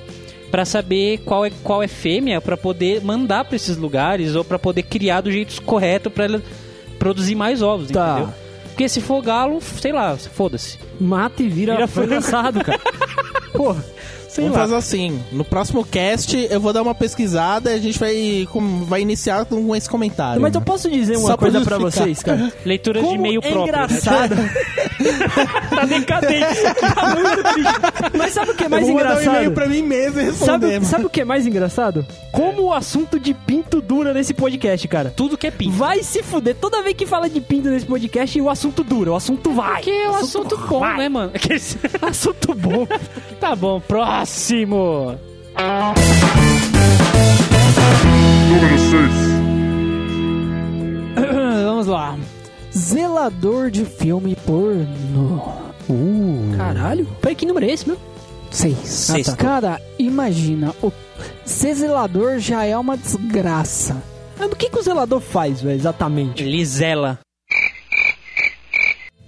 [SPEAKER 2] pra saber qual é qual é fêmea pra poder mandar pra esses lugares ou pra poder criar do jeito correto pra ela produzir mais ovos,
[SPEAKER 1] Tá.
[SPEAKER 2] entendeu? Porque se for galo, sei lá, foda-se.
[SPEAKER 1] Mata e vira,
[SPEAKER 2] Vira
[SPEAKER 1] foi
[SPEAKER 2] frango.
[SPEAKER 1] lançado, cara. Pô,
[SPEAKER 2] Sei
[SPEAKER 3] Vamos
[SPEAKER 2] lá.
[SPEAKER 3] fazer assim. No próximo cast, eu vou dar uma pesquisada e a gente vai, com- vai iniciar com esse comentário.
[SPEAKER 2] um
[SPEAKER 1] mas eu posso dizer uma
[SPEAKER 3] Só pra
[SPEAKER 1] coisa pra
[SPEAKER 3] justificar.
[SPEAKER 1] vocês, cara.
[SPEAKER 2] Leituras de
[SPEAKER 1] Como
[SPEAKER 2] meio
[SPEAKER 1] é
[SPEAKER 2] próprio. né?
[SPEAKER 1] engraçado. Tá
[SPEAKER 2] Tá decadente isso aqui.
[SPEAKER 1] Mas sabe o que é
[SPEAKER 3] Eu
[SPEAKER 1] mais
[SPEAKER 3] vou mandar um
[SPEAKER 1] engraçado?
[SPEAKER 3] e-mail pra mim mesmo e responder.
[SPEAKER 1] Sabe, sabe o que é mais engraçado? Como o assunto de pinto dura nesse podcast, cara.
[SPEAKER 2] Tudo que é pinto.
[SPEAKER 1] Vai se fuder. Toda vez que fala de pinto nesse podcast, o assunto dura, o assunto vai.
[SPEAKER 2] Porque é um assunto bom,
[SPEAKER 1] vai.
[SPEAKER 2] né, mano? Aqueles-
[SPEAKER 1] Assunto bom.
[SPEAKER 2] tá bom, próximo.
[SPEAKER 6] Número 6.
[SPEAKER 4] Vamos lá. Zelador de filme porno.
[SPEAKER 1] Caralho. Peraí, que número é esse, meu?
[SPEAKER 4] Seis.
[SPEAKER 2] Seis.
[SPEAKER 4] Ah, tá. Cara, imagina. O... Ser zelador já é uma desgraça.
[SPEAKER 1] Mas Ah, o que, que o zelador faz, velho, exatamente?
[SPEAKER 2] Lisela.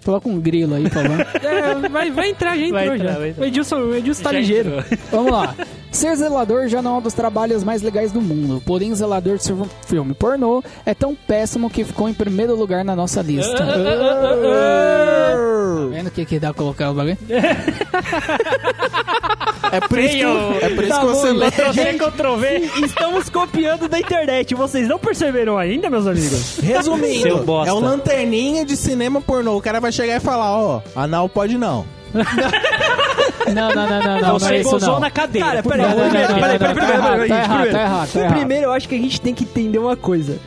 [SPEAKER 4] Coloca um grilo aí, falando.
[SPEAKER 1] É, vai, vai entrar, já
[SPEAKER 2] Vai
[SPEAKER 1] entrou
[SPEAKER 2] entrar,
[SPEAKER 1] já.
[SPEAKER 2] vai entrar.
[SPEAKER 1] O Edilson, o Edilson tá
[SPEAKER 2] Já
[SPEAKER 1] ligeiro.
[SPEAKER 2] entrou.
[SPEAKER 4] Vamos lá. Ser zelador já não é um dos trabalhos mais legais do mundo. Porém, zelador de um filme pornô é tão péssimo que ficou em primeiro lugar na nossa lista. Tá vendo o que, que dá colocar o bagulho?
[SPEAKER 3] É por isso que, é por isso
[SPEAKER 1] Tá
[SPEAKER 3] que
[SPEAKER 1] bom,
[SPEAKER 3] você lê.
[SPEAKER 2] Ctrl-C, Ctrl-V.
[SPEAKER 1] Estamos copiando da internet. Vocês não perceberam ainda, meus amigos?
[SPEAKER 3] Resumindo,
[SPEAKER 2] Seu bosta.
[SPEAKER 3] é o lanterninha de cinema pornô. O cara vai chegar e falar, ó, anal pode não.
[SPEAKER 4] Não, não, não, não, não. Não é
[SPEAKER 2] Você
[SPEAKER 4] isso,
[SPEAKER 2] gozou
[SPEAKER 4] não.
[SPEAKER 2] na cadeira.
[SPEAKER 1] Cara,
[SPEAKER 2] Por
[SPEAKER 1] peraí,
[SPEAKER 2] favor,
[SPEAKER 4] não,
[SPEAKER 1] primeiro,
[SPEAKER 4] não,
[SPEAKER 1] peraí, peraí,
[SPEAKER 4] não, tá
[SPEAKER 1] peraí,
[SPEAKER 4] errado,
[SPEAKER 1] peraí,
[SPEAKER 4] tá
[SPEAKER 1] gente,
[SPEAKER 4] errado,
[SPEAKER 1] primeiro.
[SPEAKER 4] tá errado, tá errado.
[SPEAKER 1] Primeiro, eu acho que a gente tem que entender uma coisa.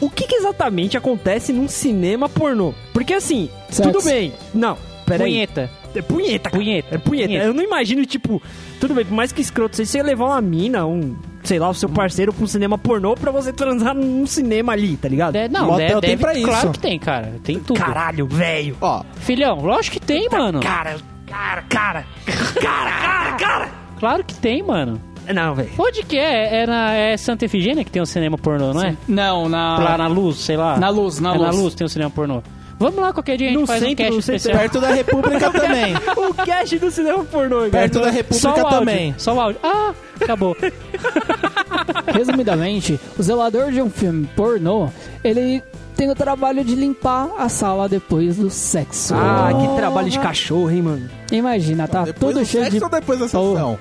[SPEAKER 1] O que, que exatamente acontece num cinema pornô? Porque assim,
[SPEAKER 4] Sexo.
[SPEAKER 1] tudo bem. Não, peraí.
[SPEAKER 2] Punheta.
[SPEAKER 1] É punheta, cara.
[SPEAKER 2] Punheta.
[SPEAKER 1] É punheta.
[SPEAKER 2] Punheta.
[SPEAKER 1] Eu não imagino, tipo, tudo bem, por mais que escroto seja, você levar uma mina, um, sei lá, o seu parceiro pra um cinema pornô pra você transar num cinema ali, tá ligado?
[SPEAKER 4] É,
[SPEAKER 2] De- É, não,
[SPEAKER 3] Motel
[SPEAKER 2] deve,
[SPEAKER 3] tem
[SPEAKER 2] deve,
[SPEAKER 3] pra isso.
[SPEAKER 2] claro que tem, cara. Tem tudo.
[SPEAKER 1] Caralho, velho.
[SPEAKER 3] Ó,
[SPEAKER 2] Filhão, lógico que tem, mano.
[SPEAKER 1] Cara, cara, cara. Cara, cara, cara.
[SPEAKER 2] Claro que tem, mano.
[SPEAKER 1] Não, velho.
[SPEAKER 2] Onde que é? É, na, é Santa Efigênia que tem um cinema pornô, não é?
[SPEAKER 4] Não, na...
[SPEAKER 2] Lá na luz, sei lá.
[SPEAKER 4] Ah. Na Luz, na
[SPEAKER 2] É
[SPEAKER 4] Luz.
[SPEAKER 2] Na luz tem um cinema pornô. Vamos lá, qualquer dia a gente
[SPEAKER 1] No
[SPEAKER 2] faz
[SPEAKER 1] centro,
[SPEAKER 2] um
[SPEAKER 1] no
[SPEAKER 2] cast
[SPEAKER 1] centro.
[SPEAKER 2] especial.
[SPEAKER 3] perto da República também.
[SPEAKER 1] O cast do cinema pornô, cara.
[SPEAKER 3] Perto da
[SPEAKER 2] Só o
[SPEAKER 3] República
[SPEAKER 2] áudio,
[SPEAKER 3] também.
[SPEAKER 2] só o áudio. Ah, acabou.
[SPEAKER 4] Resumidamente, o zelador de um filme pornô, ele tem o trabalho de limpar a sala depois do sexo.
[SPEAKER 1] Ah, que trabalho de cachorro, hein, mano.
[SPEAKER 4] Imagina, tá
[SPEAKER 3] Depois
[SPEAKER 4] tudo
[SPEAKER 3] do
[SPEAKER 4] cheio
[SPEAKER 3] sexo
[SPEAKER 4] de
[SPEAKER 3] ou depois da
[SPEAKER 4] Porra.
[SPEAKER 3] sessão?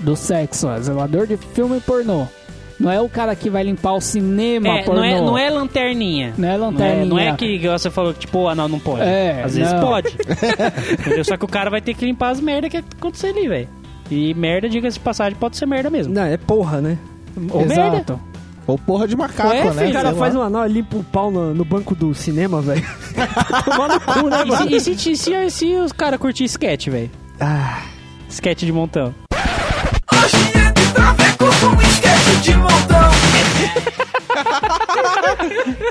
[SPEAKER 4] do sexo, ó, zelador de filme pornô. Não é o cara que vai limpar o cinema
[SPEAKER 2] É,
[SPEAKER 4] pornô.
[SPEAKER 2] não, é, não é lanterninha.
[SPEAKER 4] Não é
[SPEAKER 2] Não é,
[SPEAKER 4] lanterninha.
[SPEAKER 2] não é que você falou que, tipo, ah, não, não pode.
[SPEAKER 4] É,
[SPEAKER 2] Às vezes
[SPEAKER 4] não.
[SPEAKER 2] pode. Entendeu? Só que o cara vai ter que limpar as merda que aconteceu ali, velho. E merda, diga-se de passagem, pode ser merda mesmo.
[SPEAKER 1] Não, é porra, né?
[SPEAKER 2] Ou merda.
[SPEAKER 4] Exato.
[SPEAKER 3] Ou porra de macaco,
[SPEAKER 2] Ué,
[SPEAKER 3] né?
[SPEAKER 2] É, filho,
[SPEAKER 1] É, O cara
[SPEAKER 3] Sei lá.
[SPEAKER 1] faz um anal e limpa o pau no, no banco do cinema, velho. Tomar no cu, né, mano?
[SPEAKER 2] E se, e se, se, se os caras curtir sketch, velho?
[SPEAKER 1] Ah.
[SPEAKER 2] Sketch de montão.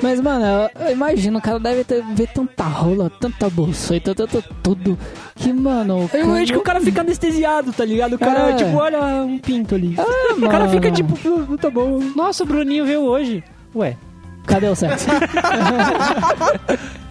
[SPEAKER 4] Mas, mano, eu- eu imagino, o cara deve ter ver tanta rola, tanta bolseta, tanto tudo. Que, mano. o
[SPEAKER 1] Eu
[SPEAKER 4] cara-
[SPEAKER 1] vejo que o cara fica anestesiado, tá ligado? O cara,
[SPEAKER 4] É.
[SPEAKER 1] tipo, olha um pinto ali.
[SPEAKER 4] Ah,
[SPEAKER 1] o cara
[SPEAKER 4] mano.
[SPEAKER 1] fica tipo, "Ah, tá bom.
[SPEAKER 2] Nossa, o Bruninho veio hoje. Ué,
[SPEAKER 4] Cadê o sexo?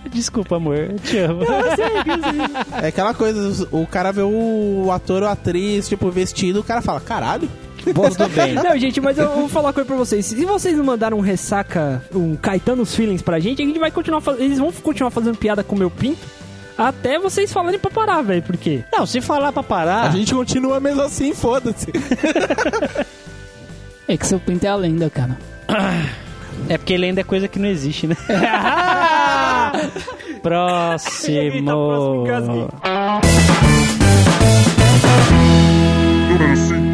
[SPEAKER 2] desculpa, amor. Eu te amo. um-
[SPEAKER 3] É aquela coisa, o cara vê o ator ou atriz, tipo, vestido, o cara fala, caralho.
[SPEAKER 2] Tudo bem.
[SPEAKER 1] Não, gente, mas eu vou falar uma coisa pra vocês. Se vocês não mandaram um ressaca, um Caetano's Feelings pra gente, a gente vai continuar fazendo. Eles vão continuar fazendo piada com o meu pinto até vocês falarem pra parar, velho. Por quê?
[SPEAKER 2] Não, se falar pra parar...
[SPEAKER 3] A gente continua mesmo assim, foda-se.
[SPEAKER 4] é que seu pinto é a lenda, cara.
[SPEAKER 2] É porque lenda é coisa que não existe, né?
[SPEAKER 1] Eita, Então, próximo caso
[SPEAKER 2] próximo.
[SPEAKER 6] Número 5.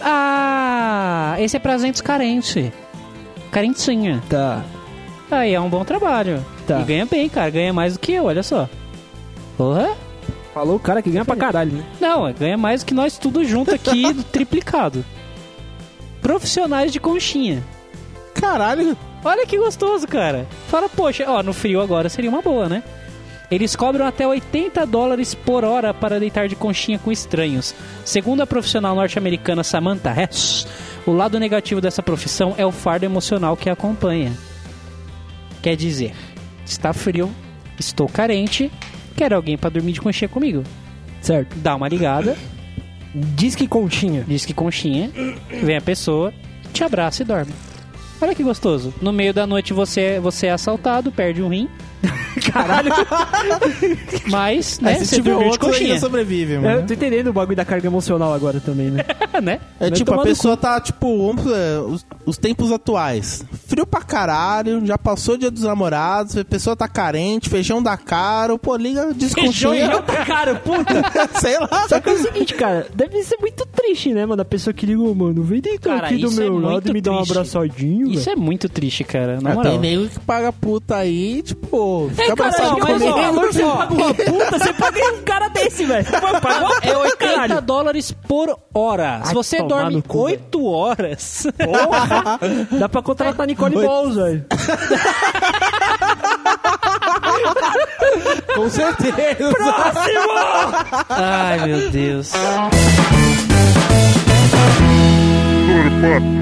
[SPEAKER 2] Ah, esse é pra gente carente. Carentinha.
[SPEAKER 1] Tá.
[SPEAKER 2] Aí é um bom trabalho.
[SPEAKER 1] Tá.
[SPEAKER 2] E ganha bem, cara. Ganha mais do que eu, olha só. Porra?
[SPEAKER 1] Falou o cara que ganha pra caralho, né?
[SPEAKER 2] Não, é, ganha mais do que nós tudo junto aqui, triplicado. Profissionais de conchinha.
[SPEAKER 3] Caralho.
[SPEAKER 2] Olha que gostoso, cara. Fala, poxa, ó, no frio agora seria uma boa, né? Eles cobram até 80 dólares por hora para deitar de conchinha com estranhos. Segundo a profissional norte-americana Samantha Hess, o lado negativo dessa profissão é o fardo emocional que a acompanha. Quer dizer, está frio, estou carente, quero alguém para dormir de conchinha comigo.
[SPEAKER 1] Certo.
[SPEAKER 2] Dá uma ligada
[SPEAKER 1] Diz que conchinha.
[SPEAKER 2] Diz que conchinha, vem a pessoa, te abraça e dorme. Olha que gostoso. No meio da noite você, você é assaltado, perde um rim. Caralho! Mas, né,
[SPEAKER 3] Aí, se
[SPEAKER 2] você
[SPEAKER 3] tiver
[SPEAKER 2] dormiu de
[SPEAKER 3] outro, ainda
[SPEAKER 2] conchinha.
[SPEAKER 3] sobrevive,
[SPEAKER 1] É, Eu
[SPEAKER 2] É,
[SPEAKER 3] mano.
[SPEAKER 1] tô entendendo o bagulho da carga emocional agora também, né?
[SPEAKER 2] né?
[SPEAKER 3] É
[SPEAKER 1] Vai
[SPEAKER 3] tipo,
[SPEAKER 1] tomar
[SPEAKER 3] a
[SPEAKER 1] no
[SPEAKER 3] pessoa tá, tipo, vamos, é, os, os tempos atuais. Frio pra caralho, já passou o dia dos namorados, a pessoa tá carente, feijão dá caro, pô, liga, descontinha.
[SPEAKER 1] cara, tá puta!
[SPEAKER 3] Sei lá.
[SPEAKER 1] Só que é o seguinte, cara, deve ser muito triste, né, mano? A pessoa que liga, "Ô, mano, vem deitar
[SPEAKER 2] Cara,
[SPEAKER 1] aqui do
[SPEAKER 2] isso é
[SPEAKER 1] meu lado
[SPEAKER 2] muito
[SPEAKER 1] e me dá um
[SPEAKER 2] triste.
[SPEAKER 1] abraçadinho,
[SPEAKER 2] Isso
[SPEAKER 1] velho.
[SPEAKER 2] é muito triste, cara. Na
[SPEAKER 3] Ah,
[SPEAKER 2] moral.
[SPEAKER 3] Tem nego que paga puta aí, tipo, fica abraçado
[SPEAKER 1] Caralho, mas
[SPEAKER 3] comigo.
[SPEAKER 1] o valor que você paga uma puta, você paga um cara desse, velho. Pô, Pagou uma
[SPEAKER 2] É
[SPEAKER 1] puta,
[SPEAKER 2] 80
[SPEAKER 1] caralho.
[SPEAKER 2] dólares por hora. Se
[SPEAKER 1] Ai,
[SPEAKER 2] você
[SPEAKER 1] tomar
[SPEAKER 2] dorme
[SPEAKER 1] no cu,
[SPEAKER 2] 8 horas.
[SPEAKER 1] Porra! Dá pra contratar Nicole Balls, velho.
[SPEAKER 3] Com certeza.
[SPEAKER 2] Ai, meu Deus.
[SPEAKER 6] Lollipop.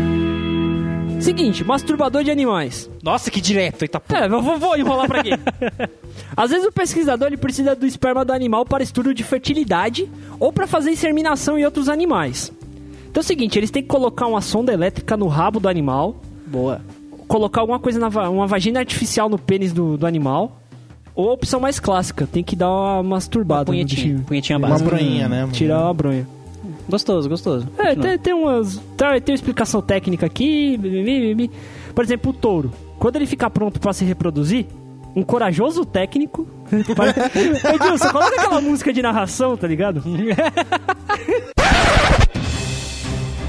[SPEAKER 1] Seguinte, masturbador de animais.
[SPEAKER 2] Nossa, que direto, eita porra.
[SPEAKER 1] É, eu vou, vou enrolar pra quê? Às vezes o pesquisador ele precisa do esperma do animal para estudo de fertilidade ou para fazer inseminação em outros animais. Então é o seguinte, eles têm que colocar uma sonda elétrica no rabo do animal,
[SPEAKER 2] Boa.
[SPEAKER 1] colocar alguma coisa na va- uma vagina artificial no pênis do, do animal. Ou a opção mais clássica, tem que dar uma É, masturbada no
[SPEAKER 2] punhetinha.
[SPEAKER 1] bichinho.
[SPEAKER 2] Punhetinha
[SPEAKER 3] Uma
[SPEAKER 2] básica.
[SPEAKER 3] broinha, né? mano?
[SPEAKER 1] Tirar uma bronha.
[SPEAKER 2] Gostoso, gostoso.
[SPEAKER 1] É,
[SPEAKER 2] Continua.
[SPEAKER 1] tem, tem umas. Tá, tem uma explicação técnica aqui. mimimi, mimimi. Por exemplo, o touro. Quando ele fica pronto pra se reproduzir, um corajoso técnico. Edilson, coloca aquela música de narração, tá ligado?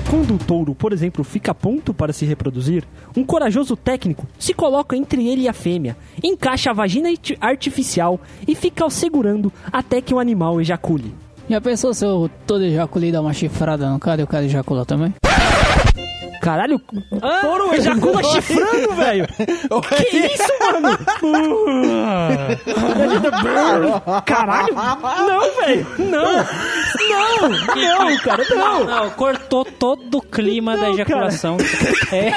[SPEAKER 1] Quando o touro, por exemplo, fica pronto para se reproduzir, um corajoso técnico se coloca entre ele e a fêmea, encaixa a vagina arti- artificial e fica o segurando até que o animal ejacule.
[SPEAKER 4] Já pensou se eu todo ejaculei dar uma chifrada no cara e o cara ejacula também?
[SPEAKER 1] Caralho, o
[SPEAKER 2] Ah!
[SPEAKER 1] touro ejacula chifrando, velho. Que isso, mano?
[SPEAKER 2] Ah.
[SPEAKER 1] Caralho, não, velho, não. Não, não, cara, não.
[SPEAKER 2] Não, cortou todo o clima
[SPEAKER 1] Não,
[SPEAKER 2] da ejaculação. É,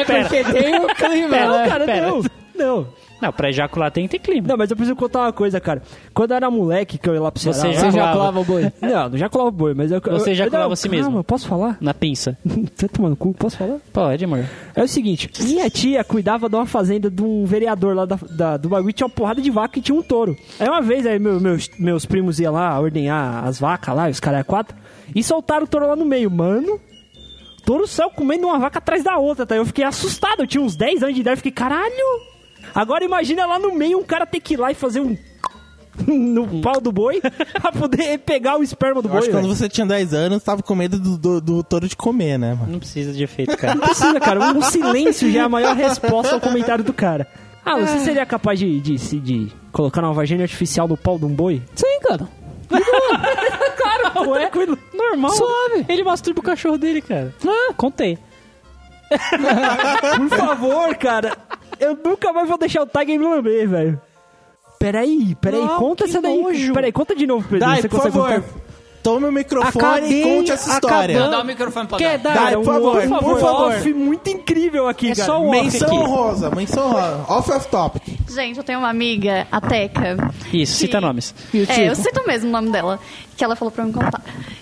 [SPEAKER 2] é
[SPEAKER 4] Porque tem um clima,
[SPEAKER 1] Não,
[SPEAKER 4] né?
[SPEAKER 1] cara,
[SPEAKER 2] pera.
[SPEAKER 1] não. Não,
[SPEAKER 2] Não, pra ejacular tem que ter clima.
[SPEAKER 1] não, mas eu preciso contar uma coisa, cara. Quando eu era moleque, que eu ia lá pro Ceará...
[SPEAKER 2] Você
[SPEAKER 1] lá-
[SPEAKER 4] Você
[SPEAKER 2] Ejaculava.
[SPEAKER 4] ejaculava o boi?
[SPEAKER 1] Não, não ejaculava o boi, mas... Eu,
[SPEAKER 2] Você
[SPEAKER 1] eu-
[SPEAKER 2] ejaculava
[SPEAKER 1] não,
[SPEAKER 2] a si mesmo.
[SPEAKER 1] calma, posso falar?
[SPEAKER 2] Na pinça.
[SPEAKER 1] Você tá tomando cu, posso falar?
[SPEAKER 2] Pode, amor.
[SPEAKER 1] É o seguinte, minha tia cuidava de uma fazenda de um vereador lá da, da- do bagulho, tinha uma porrada de vaca e tinha um touro. Aí uma vez, aí meu- meus, meus primos iam lá ordenhar as vacas lá, os caras quatro, e soltaram o touro lá no meio. Mano, touro céu comendo uma vaca atrás da outra, tá? Eu fiquei assustado, eu tinha uns 10 anos de idade, eu fiquei, caralho! Agora imagina lá no meio um cara ter que ir lá e fazer um... no pau do boi, pra poder pegar o esperma do
[SPEAKER 3] Eu
[SPEAKER 1] boi,
[SPEAKER 3] acho que é um quando
[SPEAKER 1] velho.
[SPEAKER 3] você tinha 10 anos, tava com medo do, do, do touro de comer, né, mano?
[SPEAKER 2] Não precisa de efeito, cara.
[SPEAKER 1] Não precisa, cara. O silêncio já é a maior resposta ao comentário do cara. Ah, você seria capaz de, de, se- de colocar uma vagina artificial no pau de um boi?
[SPEAKER 4] Sim, cara.
[SPEAKER 1] Claro, ué. Tranquilo.
[SPEAKER 2] Normal.
[SPEAKER 4] Suave.
[SPEAKER 2] Ele masturba o cachorro dele, cara. Ah, contei.
[SPEAKER 1] Por favor, cara. Eu nunca mais vou deixar o Tiger me lamber, velho. Peraí, peraí,
[SPEAKER 2] Não,
[SPEAKER 1] conta
[SPEAKER 2] que
[SPEAKER 1] essa daí.
[SPEAKER 2] nojo.
[SPEAKER 1] Peraí, conta de novo, Pedro.
[SPEAKER 3] Dai,
[SPEAKER 1] você
[SPEAKER 3] por
[SPEAKER 1] consegue
[SPEAKER 3] favor,
[SPEAKER 1] contar?
[SPEAKER 3] tome o microfone
[SPEAKER 2] Acabei
[SPEAKER 3] e conte essa história.
[SPEAKER 2] acabando.
[SPEAKER 4] o microfone pra
[SPEAKER 2] Quer
[SPEAKER 4] Quer
[SPEAKER 2] dar?
[SPEAKER 3] Dai,
[SPEAKER 1] Cara,
[SPEAKER 3] por
[SPEAKER 1] um
[SPEAKER 3] favor,
[SPEAKER 1] off-
[SPEAKER 3] por
[SPEAKER 1] um
[SPEAKER 3] favor.
[SPEAKER 1] off muito incrível aqui,
[SPEAKER 2] É
[SPEAKER 1] cara.
[SPEAKER 2] só um off
[SPEAKER 3] Menção
[SPEAKER 2] aqui.
[SPEAKER 3] honrosa, menção honrosa. Off of topic.
[SPEAKER 7] Gente, eu tenho uma amiga, a Teca.
[SPEAKER 2] Isso,
[SPEAKER 7] que-
[SPEAKER 2] cita nomes.
[SPEAKER 7] É, eu cito mesmo o nome dela, que ela falou pra eu me contar.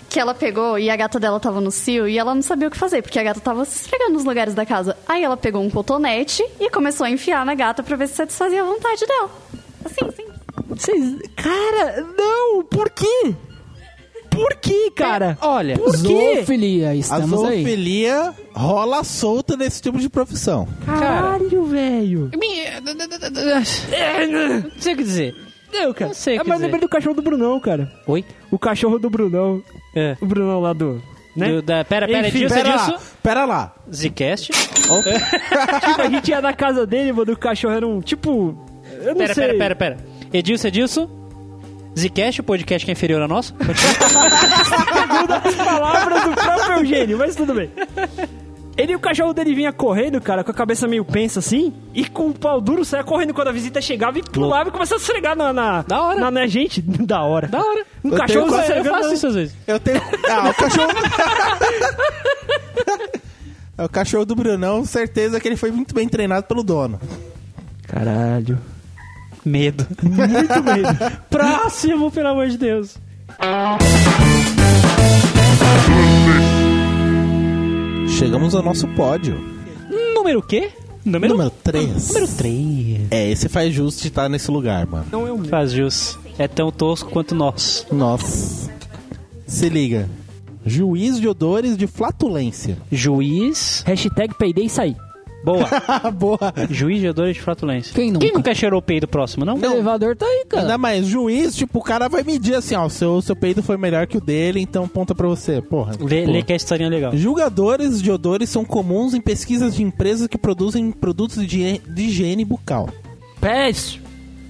[SPEAKER 7] Que ela pegou e a gata dela tava no cio e ela não sabia o que fazer, porque a gata tava se esfregando nos lugares da casa. Aí ela pegou um cotonete e começou a enfiar na gata pra ver se satisfazia a vontade dela. Assim, sim.
[SPEAKER 1] Vocês... Cara, não, por quê? Por quê, cara?
[SPEAKER 2] Olha,
[SPEAKER 1] Por quê?
[SPEAKER 4] Zoofilia,
[SPEAKER 3] A
[SPEAKER 4] estamos aí.
[SPEAKER 3] zoofilia rola solta nesse tipo de profissão.
[SPEAKER 2] Ah,
[SPEAKER 1] Caralho, velho.
[SPEAKER 2] não sei o que dizer.
[SPEAKER 1] Não, cara.
[SPEAKER 2] Não sei o
[SPEAKER 1] Ah,
[SPEAKER 2] que
[SPEAKER 1] mas
[SPEAKER 2] dizer.
[SPEAKER 1] lembrei do cachorro do Brunão, cara.
[SPEAKER 2] Oi?
[SPEAKER 1] O cachorro do Brunão.
[SPEAKER 2] É.
[SPEAKER 1] O Brunão lá do. Né?
[SPEAKER 2] Do- da- pera, pera,
[SPEAKER 1] Enfim,
[SPEAKER 2] Edilson,
[SPEAKER 1] pera
[SPEAKER 2] Edilson.
[SPEAKER 3] lá, pera lá.
[SPEAKER 2] Zcast.
[SPEAKER 1] Tipo, a gente ia na casa dele, mano. O cachorro era um. Tipo. Eu não
[SPEAKER 2] Pera,
[SPEAKER 1] sei.
[SPEAKER 2] pera, pera, pera. Edilson, Edilson. Zcast, o podcast que é inferior ao nosso. Continua.
[SPEAKER 1] Palavras do próprio Eugênio, mas tudo bem. Ele e o cachorro dele vinha correndo, cara, com a cabeça meio pensa assim, e com o pau duro saia correndo quando a visita chegava e pulava e começava a esfregar na, na,
[SPEAKER 2] Da hora.
[SPEAKER 1] na, na gente. Da hora.
[SPEAKER 2] da hora.
[SPEAKER 1] Um
[SPEAKER 3] Eu
[SPEAKER 1] cachorro
[SPEAKER 3] tenho-
[SPEAKER 1] se
[SPEAKER 2] É, Eu
[SPEAKER 1] esfregando
[SPEAKER 2] faço
[SPEAKER 1] na-
[SPEAKER 2] isso às vezes.
[SPEAKER 3] Eu tenho. Ah, o cachorro. É o cachorro do Brunão, certeza que ele foi muito bem treinado pelo dono.
[SPEAKER 1] Caralho.
[SPEAKER 2] Medo.
[SPEAKER 1] Muito medo.
[SPEAKER 2] Próximo, pelo amor de Deus.
[SPEAKER 3] Chegamos ao nosso pódio.
[SPEAKER 2] Número o quê? Número, um.
[SPEAKER 3] Número 3.
[SPEAKER 2] Número 3.
[SPEAKER 3] É, esse faz justo de estar nesse lugar, mano.
[SPEAKER 1] Não é o meu.
[SPEAKER 2] um. Faz jus. É tão tosco quanto nós.
[SPEAKER 3] Nossa. Se liga. Juiz de odores de flatulência.
[SPEAKER 2] Juiz.
[SPEAKER 1] Hashtag peidei e saí.
[SPEAKER 2] Ah, Boa.
[SPEAKER 3] Boa.
[SPEAKER 2] Juiz de odores de flatulência.
[SPEAKER 4] Quem nunca?
[SPEAKER 2] Quem nunca cheirou o peido próximo, não?
[SPEAKER 4] O elevador tá aí, cara.
[SPEAKER 3] Ainda mais, juiz, tipo, o cara vai medir assim, ó, seu, seu peido foi melhor que o dele, então ponta pra você, porra.
[SPEAKER 2] Lê,
[SPEAKER 3] Pô.
[SPEAKER 2] lê que a historinha é legal.
[SPEAKER 3] Julgadores de odores são comuns em pesquisas de empresas que produzem produtos de, higie- de higiene bucal.
[SPEAKER 1] Pés.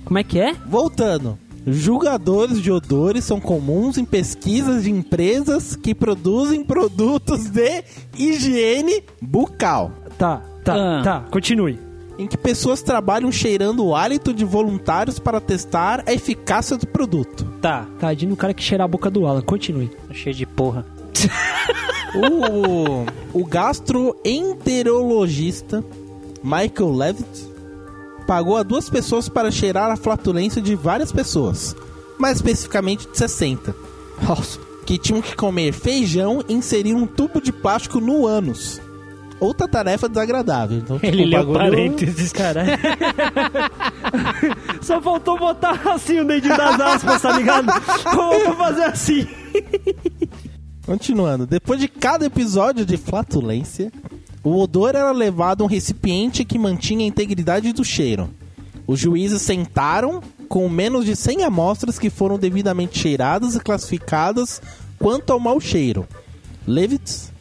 [SPEAKER 1] Como é que é?
[SPEAKER 3] Voltando. Julgadores de odores são comuns em pesquisas de empresas que produzem produtos de higiene bucal,
[SPEAKER 1] Tá, tá,
[SPEAKER 2] Ah.
[SPEAKER 1] tá. Continue.
[SPEAKER 3] em que pessoas trabalham cheirando o hálito de voluntários para testar a eficácia do produto.
[SPEAKER 2] Tá.
[SPEAKER 1] Tadinho o cara que cheirar a boca do Alan. Continue.
[SPEAKER 2] Cheio de porra.
[SPEAKER 3] O, o gastroenterologista Michael Levitt pagou a duas pessoas para cheirar a flatulência de várias pessoas, mais especificamente de 60,
[SPEAKER 4] Nossa.
[SPEAKER 3] que tinham que comer feijão e inserir um tubo de plástico no ânus. Outra tarefa desagradável. Então, tipo,
[SPEAKER 2] Ele
[SPEAKER 3] o
[SPEAKER 2] leu
[SPEAKER 3] bagulho-
[SPEAKER 2] parênteses, caralho.
[SPEAKER 1] Só faltou botar assim o dedinho das aspas, tá ligado? Como pra fazer assim?
[SPEAKER 3] Continuando, depois de cada episódio de flatulência, o odor era levado a um recipiente que mantinha a integridade do cheiro. Os juízes sentaram com menos de 100 amostras que foram devidamente cheiradas e classificadas quanto ao mau cheiro. Levitz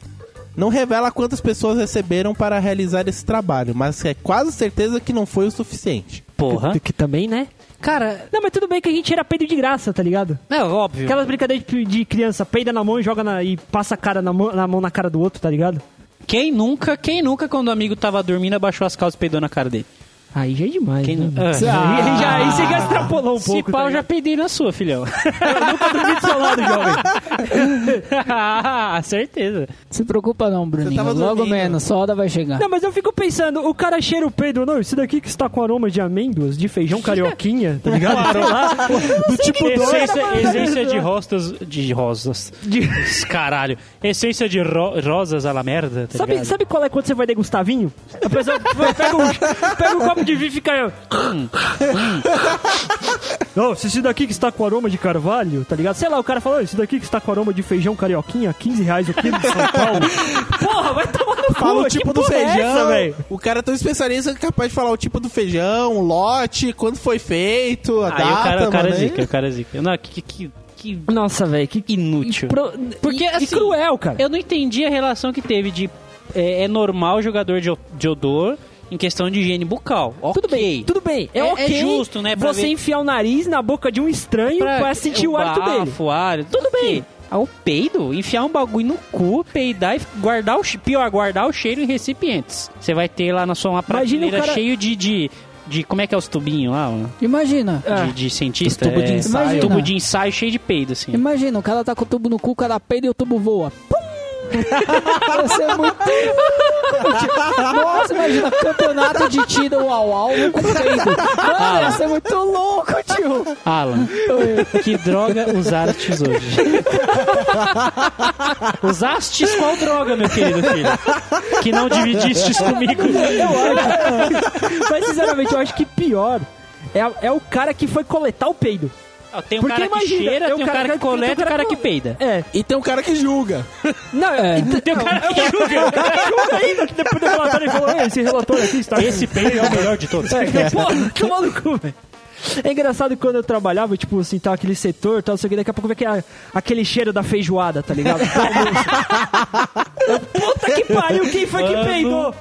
[SPEAKER 3] não revela quantas pessoas receberam para realizar esse trabalho, mas é quase certeza que não foi o suficiente.
[SPEAKER 2] Porra.
[SPEAKER 1] Que, que também, né?
[SPEAKER 2] Cara,
[SPEAKER 1] Não, mas tudo bem que a gente cheira peido de graça, tá ligado?
[SPEAKER 2] é óbvio.
[SPEAKER 1] Aquelas brincadeiras de, de criança, peida na mão e joga na, e passa a cara na mão, na mão na cara do outro, tá ligado?
[SPEAKER 2] Quem nunca, quem nunca, quando o amigo tava dormindo, abaixou as calças e peidou na cara dele?
[SPEAKER 1] Aí já é demais.
[SPEAKER 2] Quem
[SPEAKER 1] né?
[SPEAKER 2] nunca?
[SPEAKER 1] Aí- aí, já, aí você já extrapolou um
[SPEAKER 2] Se
[SPEAKER 1] pouco.
[SPEAKER 2] pau,
[SPEAKER 1] tá
[SPEAKER 2] já
[SPEAKER 1] ligado?
[SPEAKER 2] peidei na sua, filhão.
[SPEAKER 1] Eu nunca dormi do seu lado, jovem.
[SPEAKER 2] Ah, Certeza.
[SPEAKER 4] Se preocupa não, Bruninho.
[SPEAKER 3] tava
[SPEAKER 4] Logo
[SPEAKER 3] dormindo.
[SPEAKER 4] menos, sua hora vai chegar.
[SPEAKER 1] Não, mas eu fico pensando, o cara cheira o Pedro, não, isso daqui que está com aroma de amêndoas, de feijão carioquinha, tá ligado? Sei lá.
[SPEAKER 3] Do tipo
[SPEAKER 2] Essência,
[SPEAKER 1] mano,
[SPEAKER 2] essência
[SPEAKER 1] tá
[SPEAKER 2] de
[SPEAKER 1] ligado?
[SPEAKER 2] rostas... De rosas.
[SPEAKER 1] De-
[SPEAKER 2] Caralho. Essência de ro- rosas à la merda, tá
[SPEAKER 1] Sabe,
[SPEAKER 2] ligado?
[SPEAKER 1] sabe qual é quando você vai degustar vinho? A pessoa pega um, pega um copo de vinho e fica. Não, se isso daqui que está com aroma de carvalho, tá ligado? Sei lá, o cara falou, isso daqui que está com aroma de feijão carioquinha, 15 reais o quilo de São Paulo. Porra, vai tomar no
[SPEAKER 3] Fala
[SPEAKER 1] cu,
[SPEAKER 3] o tipo
[SPEAKER 1] que
[SPEAKER 3] do
[SPEAKER 1] porra é essa,
[SPEAKER 3] feijão.
[SPEAKER 1] velho?
[SPEAKER 3] o cara é tão especialista que é capaz de falar o tipo do feijão, o lote, quando foi feito, a
[SPEAKER 2] Aí
[SPEAKER 3] data,
[SPEAKER 2] o cara, o cara é
[SPEAKER 3] mano, aí-
[SPEAKER 2] zica, o cara é zica. Não, que... que, que, que
[SPEAKER 1] Nossa, velho, que
[SPEAKER 2] inútil.
[SPEAKER 1] Porque
[SPEAKER 2] Porque,
[SPEAKER 1] é
[SPEAKER 2] assim,
[SPEAKER 1] cruel, cara.
[SPEAKER 2] Eu não entendi a relação que teve de... É, é normal jogador de, o- de odor em questão de higiene bucal. Ok.
[SPEAKER 1] Tudo bem, tudo bem. É,
[SPEAKER 2] É- é
[SPEAKER 1] ok
[SPEAKER 2] justo, né, pra
[SPEAKER 1] você
[SPEAKER 2] ver-
[SPEAKER 1] enfiar o nariz na boca de um estranho pra, sentir o hálito dele.
[SPEAKER 2] bafo, o hálito. Tudo bem. Ah, o peido, enfiar um bagulho no cu, peidar e guardar o che- pior, guardar o cheiro em recipientes. Você vai ter lá na sua uma
[SPEAKER 1] Imagina
[SPEAKER 2] prateleira
[SPEAKER 1] o cara-
[SPEAKER 2] cheio de, de de como é que é os tubinhos lá, ó,
[SPEAKER 4] Imagina.
[SPEAKER 2] de, de cientista,
[SPEAKER 3] Os tubo de
[SPEAKER 2] É,
[SPEAKER 3] ensaio. né?
[SPEAKER 4] Imagina.
[SPEAKER 2] tubo de ensaio cheio de peido assim.
[SPEAKER 4] Imagina, o cara tá com o tubo no cu, o cara peida e o tubo voa. Pum! Você é muito. Nossa, imagina, campeonato de tiro uau uau com peido. Mano, você é muito louco, tio.
[SPEAKER 2] Alan, que droga usastes hoje? usastes qual droga, meu querido filho? Que não dividistes comigo.
[SPEAKER 1] Mas, sinceramente, eu acho que pior é, é o cara que foi coletar o peido.
[SPEAKER 2] Ó, Tem um
[SPEAKER 1] Porque
[SPEAKER 2] cara que
[SPEAKER 1] imagina,
[SPEAKER 2] cheira, tem um cara que coleta, e
[SPEAKER 1] tem
[SPEAKER 2] um cara que
[SPEAKER 1] co-
[SPEAKER 2] peida.
[SPEAKER 1] É.
[SPEAKER 3] E tem um cara que julga.
[SPEAKER 1] Não, é.
[SPEAKER 2] Tem um cara que
[SPEAKER 1] O cara julga ainda, que depois do relatório ele falou, "Ei, esse relatório aqui está...
[SPEAKER 2] Esse peido é o melhor de todos.
[SPEAKER 1] É. Pô, toma no cu, velho. É engraçado que quando eu trabalhava, tipo assim, tava aquele setor, tal, não sei o que, daqui a pouco vem aquele, aquele cheiro da feijoada, tá ligado? Do almoço. Eu, puta que pariu, quem foi que
[SPEAKER 2] Mano.
[SPEAKER 1] peidou?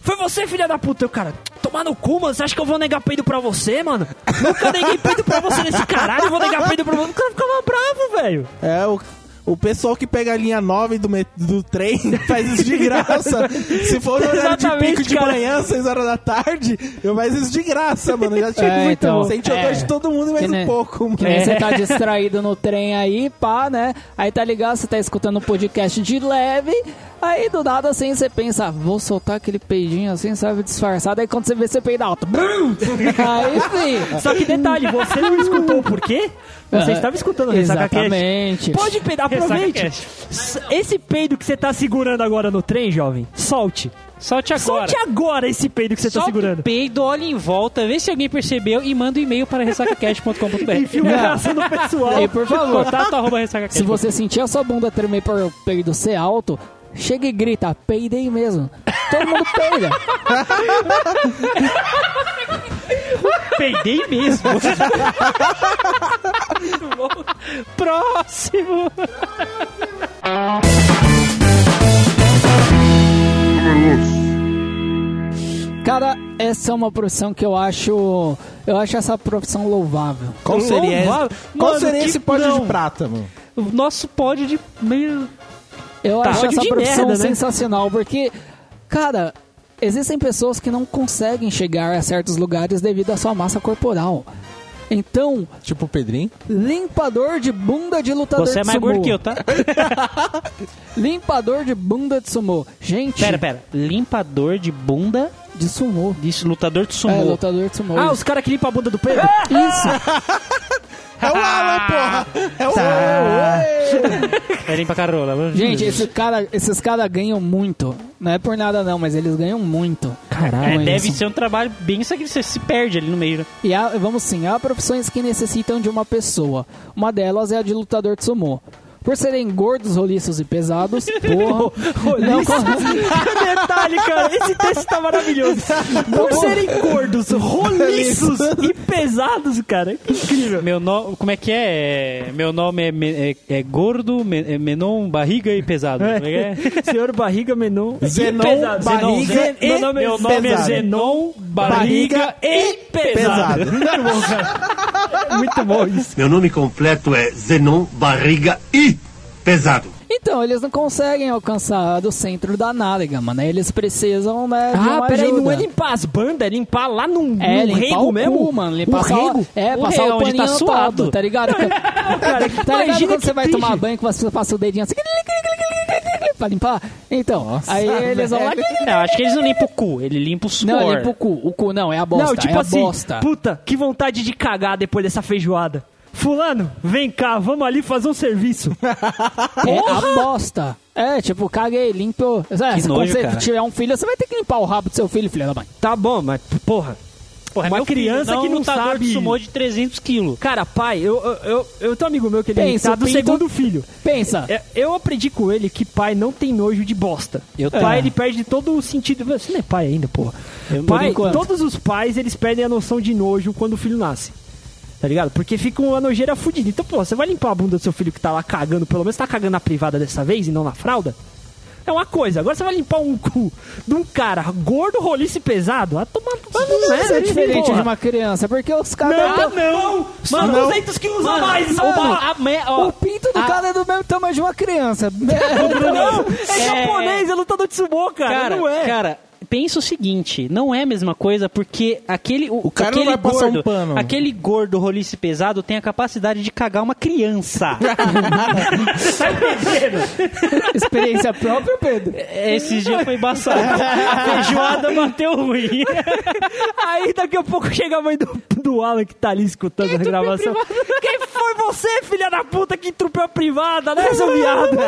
[SPEAKER 1] Foi você, filha da puta. Eu, cara, tomar no cu, mano. Você acha que eu vou negar peido pra você, mano? Nunca neguei peido pra você nesse caralho. Eu vou negar peido pra você. O cara ficava bravo, velho.
[SPEAKER 3] É, o, o pessoal que pega a linha 9 do, met- do trem faz isso de graça. Se for no horário de
[SPEAKER 1] Exatamente,
[SPEAKER 3] pico de
[SPEAKER 1] cara.
[SPEAKER 3] manhã, 6 horas da tarde, eu faço isso de graça, mano. Já chego
[SPEAKER 4] É,
[SPEAKER 3] muito
[SPEAKER 4] então.
[SPEAKER 3] bom. Sente o
[SPEAKER 4] É.
[SPEAKER 3] odor de todo mundo mais
[SPEAKER 4] Que nem-
[SPEAKER 3] um pouco, mano.
[SPEAKER 4] Que
[SPEAKER 1] É.
[SPEAKER 4] nem você tá distraído no trem aí, pá, né? Aí tá ligado, você tá escutando um podcast de leve. Aí do nada assim você pensa, vou soltar aquele peidinho assim, sabe, disfarçado. Aí quando você vê, você peida alto. Brum! Aí sim.
[SPEAKER 1] Só que detalhe, você não escutou o porquê? Você
[SPEAKER 4] Ah,
[SPEAKER 1] estava escutando né? o Ressaca Cast.
[SPEAKER 4] Exatamente.
[SPEAKER 1] Pode peidar,
[SPEAKER 2] Ressaca
[SPEAKER 1] aproveite.
[SPEAKER 2] Cast.
[SPEAKER 1] S- Esse peido que você tá segurando agora no trem, jovem, solte.
[SPEAKER 2] Solte agora.
[SPEAKER 1] Solte agora esse peido que você tá
[SPEAKER 2] Solta o
[SPEAKER 1] segurando.
[SPEAKER 2] peido, olhe em volta, vê se alguém percebeu e manda um e-mail para ressacacast.com.br.
[SPEAKER 1] Enfia um o braço no pessoal.
[SPEAKER 4] E por favor,
[SPEAKER 2] Contato arroba ressacacast.
[SPEAKER 4] se você sentir a sua bunda tremer por o peido ser alto, chega e grita, peidei mesmo. Todo mundo peida.
[SPEAKER 2] Peidei mesmo. Muito bom. Próximo.
[SPEAKER 6] número 11.
[SPEAKER 4] Cara, essa é uma profissão que eu acho. Eu acho essa profissão louvável.
[SPEAKER 3] Qual seria, esse-
[SPEAKER 2] Louvável.
[SPEAKER 3] qual
[SPEAKER 2] Mano,
[SPEAKER 3] seria
[SPEAKER 2] que-
[SPEAKER 3] esse pódio
[SPEAKER 2] não.
[SPEAKER 3] de prata, mano?
[SPEAKER 2] O nosso pódio de meio...
[SPEAKER 4] Eu
[SPEAKER 2] Tá.
[SPEAKER 4] acho
[SPEAKER 2] Ódio
[SPEAKER 4] essa
[SPEAKER 2] de
[SPEAKER 4] profissão
[SPEAKER 2] merda, né?
[SPEAKER 4] sensacional, porque, cara, existem pessoas que não conseguem chegar a certos lugares devido à sua massa corporal. Então,
[SPEAKER 3] Tipo o Pedrinho?
[SPEAKER 4] limpador de bunda de lutador
[SPEAKER 2] Você é
[SPEAKER 4] de
[SPEAKER 2] mais
[SPEAKER 4] sumô.
[SPEAKER 2] gordo que eu, tá?
[SPEAKER 4] Limpador de bunda de sumô. Gente,
[SPEAKER 2] Pera, pera. Limpador de bunda
[SPEAKER 4] de sumô.
[SPEAKER 2] de lutador de
[SPEAKER 4] É,
[SPEAKER 2] sumô. Ah!
[SPEAKER 4] lutador de sumô.
[SPEAKER 1] Ah, os caras que limpam a bunda do peido?
[SPEAKER 4] Isso.
[SPEAKER 3] É o Alan, porra! É o
[SPEAKER 2] Tá.
[SPEAKER 3] Alan!
[SPEAKER 2] É limpa a carola.
[SPEAKER 4] Gente, esse cara, esses caras ganham muito. Não é por nada não, mas eles ganham muito.
[SPEAKER 2] É,
[SPEAKER 4] Caralho.
[SPEAKER 2] deve ser um trabalho bem só que você se perde ali no meio. né?
[SPEAKER 4] E há, vamos sim, há profissões que necessitam de uma pessoa. Uma delas é a de lutador de sumô. Por serem gordos, roliços e pesados, porra, não, con-
[SPEAKER 1] é um Detalhe, cara, esse texto tá maravilhoso. Por serem gordos, roliços e pesados, cara. Que incrível.
[SPEAKER 2] Meu nome, como é que é? É, Meu nome é, me- é- é gordo, me- é menon, barriga e pesado. Como é que é?
[SPEAKER 1] Senhor Barriga Menon. e
[SPEAKER 3] Zenon,
[SPEAKER 1] pesado.
[SPEAKER 3] barriga
[SPEAKER 1] Zenon,
[SPEAKER 3] e
[SPEAKER 1] Meu nome é,
[SPEAKER 2] Meu nome é
[SPEAKER 1] pesado.
[SPEAKER 2] Zenon, barriga
[SPEAKER 3] Barriga
[SPEAKER 2] e pesado.
[SPEAKER 3] Pesado.
[SPEAKER 1] Muito bom isso.
[SPEAKER 8] Meu nome completo é Zenon Barriga e Pesado.
[SPEAKER 4] Então, eles não conseguem alcançar do centro da nádega, mano. Eles precisam, né, de
[SPEAKER 1] Ah,
[SPEAKER 4] uma
[SPEAKER 1] peraí,
[SPEAKER 4] ajuda.
[SPEAKER 1] não é limpar as bandas, é limpar lá num,
[SPEAKER 4] É,
[SPEAKER 1] num
[SPEAKER 4] limpar
[SPEAKER 1] rego
[SPEAKER 4] o cu,
[SPEAKER 1] mesmo?
[SPEAKER 4] mano. Limpar
[SPEAKER 1] um
[SPEAKER 4] só-
[SPEAKER 1] rego?
[SPEAKER 4] É,
[SPEAKER 2] Um rego
[SPEAKER 4] passar o
[SPEAKER 2] onde tá
[SPEAKER 4] paninho no
[SPEAKER 2] suado.
[SPEAKER 4] tato, tá ligado?
[SPEAKER 1] Cara,
[SPEAKER 4] Tá ligado
[SPEAKER 1] imagina
[SPEAKER 4] quando
[SPEAKER 1] que
[SPEAKER 4] você vai
[SPEAKER 1] triste.
[SPEAKER 4] tomar banho que você passa o dedinho assim pra limpar? Então, aí eles
[SPEAKER 1] é
[SPEAKER 4] vão lá.
[SPEAKER 2] Não, acho que eles não limpam o cu, ele limpa o suor.
[SPEAKER 4] Não, limpa o cu. O cu não, é a bosta.
[SPEAKER 1] Não, tipo
[SPEAKER 4] é a
[SPEAKER 1] assim,
[SPEAKER 4] bosta.
[SPEAKER 1] puta, que vontade de cagar depois dessa feijoada. Fulano, vem cá, vamos ali fazer um serviço.
[SPEAKER 4] É a bosta. É, tipo, caguei, limpo. É, se quando
[SPEAKER 2] nojo,
[SPEAKER 4] você
[SPEAKER 2] cara.
[SPEAKER 4] tiver um filho, você vai ter que limpar o rabo do seu filho, filha da mãe.
[SPEAKER 1] tá bom, mas porra.
[SPEAKER 2] Porra,
[SPEAKER 1] Uma
[SPEAKER 2] meu filho,
[SPEAKER 1] criança que
[SPEAKER 2] um
[SPEAKER 1] não
[SPEAKER 2] lutador
[SPEAKER 1] sabe-
[SPEAKER 2] de sumô de 300 quilos.
[SPEAKER 1] Cara, pai, eu, eu, eu, eu tenho um amigo meu que ele
[SPEAKER 4] Pensa,
[SPEAKER 1] tá do
[SPEAKER 4] o pinto-
[SPEAKER 1] segundo filho.
[SPEAKER 4] Pensa.
[SPEAKER 1] É, Eu aprendi com ele que pai não tem nojo de bosta.
[SPEAKER 2] Eu
[SPEAKER 1] Pai,
[SPEAKER 2] tenho.
[SPEAKER 1] ele perde todo o sentido. Você não é pai ainda, porra.
[SPEAKER 2] Eu- por
[SPEAKER 1] pai,
[SPEAKER 2] enquanto.
[SPEAKER 1] todos os pais, eles perdem a noção de nojo quando o filho nasce. Tá ligado? Porque fica uma nojeira fudida. Então, pô, você vai limpar a bunda do seu filho que tá lá cagando, pelo menos tá cagando na privada dessa vez e não na fralda? É uma coisa. Agora você vai limpar um cu de um cara gordo, roliço e pesado? Ah, tomar... Mas
[SPEAKER 4] Isso é diferente de uma criança, porque os caras.
[SPEAKER 1] Não, não! São
[SPEAKER 2] Mano,
[SPEAKER 1] 200 quilos a mais essa
[SPEAKER 2] Mano,
[SPEAKER 1] porra!
[SPEAKER 2] a me- ó,
[SPEAKER 4] O pinto do
[SPEAKER 2] a-
[SPEAKER 4] cara é do mesmo tamanho de uma criança.
[SPEAKER 1] Não, é, japonês, é lutador de sumô, cara.
[SPEAKER 2] Cara,
[SPEAKER 1] não é.
[SPEAKER 2] cara, pensa o seguinte, não é a mesma coisa porque aquele o,
[SPEAKER 3] cara não
[SPEAKER 2] aquele
[SPEAKER 3] vai
[SPEAKER 2] gordo,
[SPEAKER 3] passar um pano.
[SPEAKER 2] aquele gordo roliço e pesado tem a capacidade de cagar uma criança.
[SPEAKER 4] Experiência própria, Pedro.
[SPEAKER 2] Esse dia foi embaçado. A feijoada bateu ruim.
[SPEAKER 1] Aí daqui a pouco chega a mãe do, do Alan que tá ali escutando a gravação. Quem foi você, filha da puta, que entrupeu a privada, né, seu viado?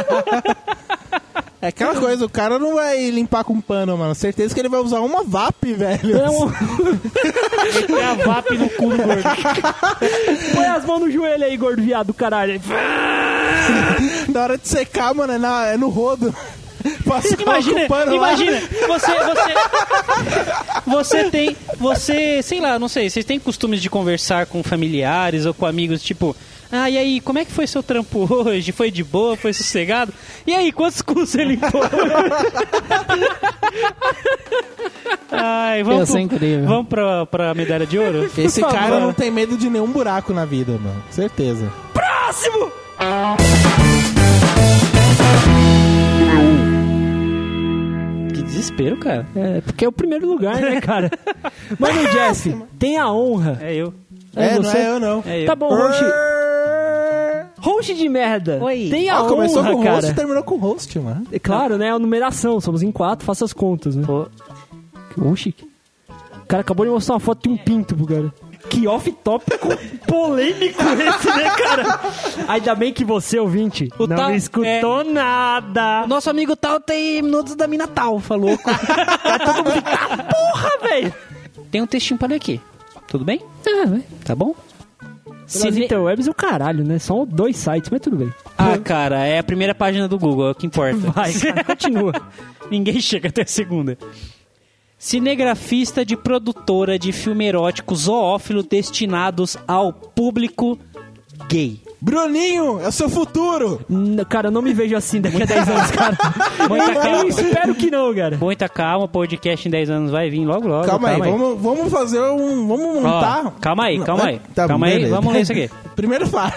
[SPEAKER 3] É aquela coisa, o cara não vai limpar com pano, mano. Certeza que ele vai usar uma VAP, velho.
[SPEAKER 2] É um- Tem a VAP no cu do gordo.
[SPEAKER 1] Põe as mãos no joelho aí, gordo viado, caralho.
[SPEAKER 3] Na hora de secar, mano, é, na- é no rodo. Passa
[SPEAKER 2] Imagina,
[SPEAKER 3] com pano lá.
[SPEAKER 2] imagina, você, você, você tem, você, sei lá, não sei, vocês têm costumes de conversar com familiares ou com amigos, tipo, ah, e aí, como é que foi seu trampo hoje? Foi de boa? Foi sossegado? E aí, quantos cus você limpou? Ai,
[SPEAKER 4] Eu
[SPEAKER 2] vamos,
[SPEAKER 4] sou incrível.
[SPEAKER 2] vamos pra, pra medalha de ouro?
[SPEAKER 3] Esse
[SPEAKER 1] Por
[SPEAKER 3] cara
[SPEAKER 1] favor.
[SPEAKER 3] não tem medo de nenhum buraco na vida, mano. Certeza.
[SPEAKER 1] Próximo!
[SPEAKER 6] Número 1.
[SPEAKER 2] Que desespero, cara.
[SPEAKER 1] É, porque é o primeiro lugar, né, cara? Mano, Jeff, tem a honra.
[SPEAKER 2] É eu.
[SPEAKER 3] É, não
[SPEAKER 1] você?
[SPEAKER 3] é eu, não.
[SPEAKER 2] É eu.
[SPEAKER 1] Tá bom, Roche. Host de merda.
[SPEAKER 9] Oi.
[SPEAKER 1] Tem a
[SPEAKER 3] Ah,
[SPEAKER 1] honra,
[SPEAKER 3] começou com o host e
[SPEAKER 1] cara.
[SPEAKER 3] terminou com o host, mano.
[SPEAKER 1] É claro, né? É a numeração. Somos em quatro, faça as contas, né? Oxi. O cara acabou de mostrar uma foto de um pinto pro cara. Que off-tópico polêmico esse, né, cara? Ainda bem que você, ouvinte,
[SPEAKER 9] O
[SPEAKER 1] não
[SPEAKER 9] tal-
[SPEAKER 1] escutou nada.
[SPEAKER 9] Nosso amigo tal tem minutos da mina tal, falou.
[SPEAKER 1] Porra, velho!
[SPEAKER 2] Tem um textinho pra ler aqui. Tudo bem? Tá bom? Cine-
[SPEAKER 1] Cine... Webs é o caralho, né? São dois sites, mas tudo bem.
[SPEAKER 2] Ah, cara, é a primeira página do Google, é o que importa.
[SPEAKER 1] Vai, cara, continua.
[SPEAKER 2] Ninguém chega até a segunda. Cinegrafista de produtora de filme erótico zoófilo destinados ao público gay.
[SPEAKER 3] Bruninho, é o seu futuro!
[SPEAKER 1] N- Cara, eu não me vejo assim daqui a 10 anos, cara.
[SPEAKER 2] Muita
[SPEAKER 1] Eu
[SPEAKER 2] calma.
[SPEAKER 1] espero que não, cara.
[SPEAKER 2] Muita calma, o podcast em 10 anos vai vir logo, logo.
[SPEAKER 3] Calma, aí, Vamos, vamos fazer um. Vamos
[SPEAKER 2] Ó,
[SPEAKER 3] montar.
[SPEAKER 2] calma aí,
[SPEAKER 3] Não,
[SPEAKER 2] calma
[SPEAKER 3] né?
[SPEAKER 2] aí.
[SPEAKER 3] Tá,
[SPEAKER 2] calma aí,
[SPEAKER 3] beleza.
[SPEAKER 2] vamos ler isso aqui.
[SPEAKER 3] Primeiro fala.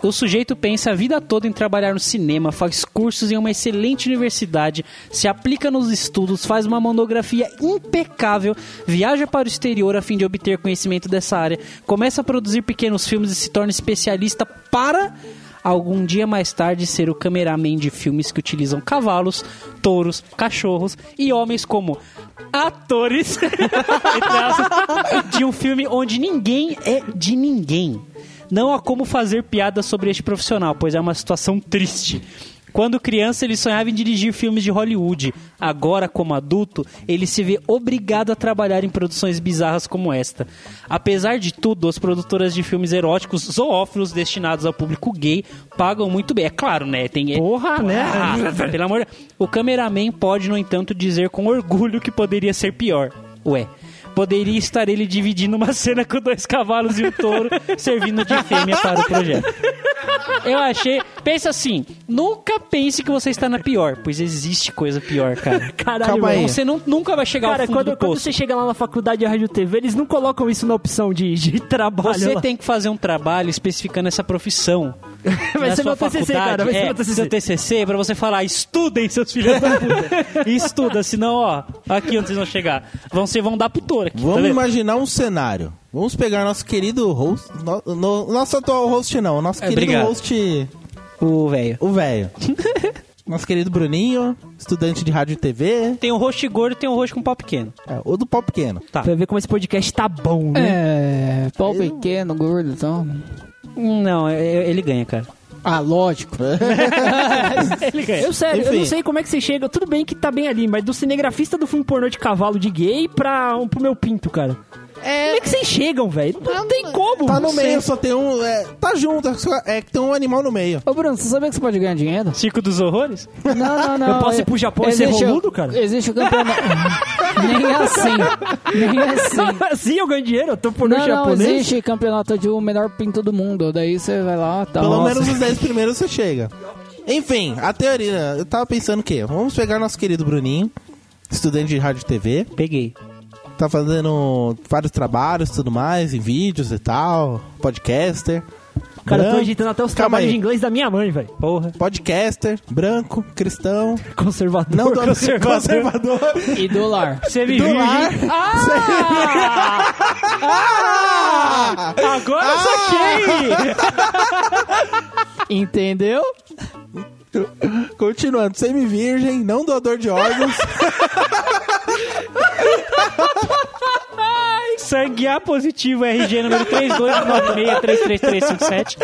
[SPEAKER 2] O sujeito pensa a vida toda em trabalhar no cinema, faz cursos em uma excelente universidade, se aplica nos estudos, faz uma monografia impecável, viaja para o exterior a fim de obter conhecimento dessa área, começa a produzir pequenos filmes e se torna especialista para algum dia mais tarde ser o cameraman de filmes que utilizam cavalos, touros, cachorros e homens como atores entre aspas, de um filme onde ninguém é de ninguém. Não há como fazer piada sobre este profissional, pois é uma situação triste. Quando criança, ele sonhava em dirigir filmes de Hollywood. Agora, como adulto, ele se vê obrigado a trabalhar em produções bizarras como esta. Apesar de tudo, as produtoras de filmes eróticos zoófilos destinados ao público gay pagam muito bem. É claro, né? Tem,
[SPEAKER 1] Porra, né?
[SPEAKER 2] ah, pelo amor de... O cameraman pode, no entanto, dizer com orgulho que poderia ser pior. Ué. Poderia estar ele dividindo uma cena com dois cavalos e um touro, servindo de fêmea para o projeto. Eu achei. Pensa assim: nunca pense que você está na pior, pois existe coisa pior, cara.
[SPEAKER 1] Caralho,
[SPEAKER 3] Calma aí.
[SPEAKER 1] mano.
[SPEAKER 2] Você não- nunca vai chegar
[SPEAKER 1] Cara,
[SPEAKER 2] ao fundo
[SPEAKER 1] quando,
[SPEAKER 2] do
[SPEAKER 1] quando
[SPEAKER 2] poço.
[SPEAKER 1] você chega lá na faculdade de rádio e TV, eles não colocam isso na opção de, de trabalho.
[SPEAKER 2] Você
[SPEAKER 1] lá.
[SPEAKER 2] tem que fazer um trabalho especificando essa profissão.
[SPEAKER 1] Vai
[SPEAKER 2] na
[SPEAKER 1] ser
[SPEAKER 2] sua
[SPEAKER 1] meu TCC,
[SPEAKER 2] faculdade,
[SPEAKER 1] cara, vai ser
[SPEAKER 2] é,
[SPEAKER 1] meu TCC.
[SPEAKER 2] Seu TCC, pra você falar, estudem, seus filhos da puta. Estuda, senão, ó, aqui onde vocês vão chegar. Vão, ser, vão dar pro touro aqui, tá
[SPEAKER 3] Vamos
[SPEAKER 2] vendo?
[SPEAKER 3] imaginar um cenário. Vamos pegar nosso querido host. No, no- nosso atual host, não. Nosso
[SPEAKER 2] É,
[SPEAKER 3] querido
[SPEAKER 2] obrigado.
[SPEAKER 3] host,
[SPEAKER 2] O velho.
[SPEAKER 3] o velho. nosso querido Bruninho, estudante de rádio e TV.
[SPEAKER 2] Tem um rosto gordo, tem um rosto com pau pequeno.
[SPEAKER 3] É, ou do pau pequeno.
[SPEAKER 2] Tá.
[SPEAKER 1] Pra ver como esse podcast tá bom, né?
[SPEAKER 4] É, pau pequeno, gordo, então.
[SPEAKER 2] Hum, Não, é- é- ele ganha, cara.
[SPEAKER 4] Ah, lógico.
[SPEAKER 2] Ele ganha.
[SPEAKER 1] Eu sério, eu não
[SPEAKER 3] Enfim.
[SPEAKER 1] sei como é que você chega. Tudo bem que tá bem ali, mas do cinegrafista do filme pornô de cavalo de gay pra, um- pro meu pinto, cara. Como é que vocês chegam, velho? Não, tem como.
[SPEAKER 3] Tá no
[SPEAKER 1] Você-
[SPEAKER 3] meio, só tem um. é, tá junto, é só- é que tem um animal no meio.
[SPEAKER 4] Ô, Bruno, você sabia que você pode ganhar dinheiro?
[SPEAKER 2] Circo dos horrores?
[SPEAKER 4] Não, não, não.
[SPEAKER 1] Eu posso ir pro Japão e ser
[SPEAKER 4] Existe o-
[SPEAKER 1] roludo, cara?
[SPEAKER 4] Existe o campeonato. Nem assim. Nem assim.
[SPEAKER 1] Assim eu ganho dinheiro, eu tô pornô
[SPEAKER 4] Não, não,
[SPEAKER 1] japonês.
[SPEAKER 4] existe campeonato de o melhor pinto do mundo. Daí você vai lá, tá.
[SPEAKER 3] Pelo
[SPEAKER 4] nossa.
[SPEAKER 3] menos os 10 primeiros você chega. Enfim, a teoria. Eu tava pensando o quê? Vamos pegar nosso querido Bruninho, estudante de rádio e TV.
[SPEAKER 2] Peguei.
[SPEAKER 3] Tá fazendo vários trabalhos e tudo mais, em vídeos e tal, podcaster.
[SPEAKER 1] Cara, eu tô
[SPEAKER 3] branco-
[SPEAKER 1] agitando até os
[SPEAKER 3] Calma
[SPEAKER 1] trabalhos
[SPEAKER 3] aí.
[SPEAKER 1] de inglês da minha mãe, velho.
[SPEAKER 2] Porra.
[SPEAKER 3] Podcaster, branco, cristão,
[SPEAKER 1] Conservador.
[SPEAKER 3] não dono de
[SPEAKER 1] conservador.
[SPEAKER 3] conservador,
[SPEAKER 4] E do lar.
[SPEAKER 3] dolar.
[SPEAKER 1] Agora eu saquei!
[SPEAKER 3] Ah!
[SPEAKER 4] Entendeu?
[SPEAKER 3] Continuando, semi-virgem, não doador de órgãos,
[SPEAKER 2] Sangue A positivo, RG número 32963337.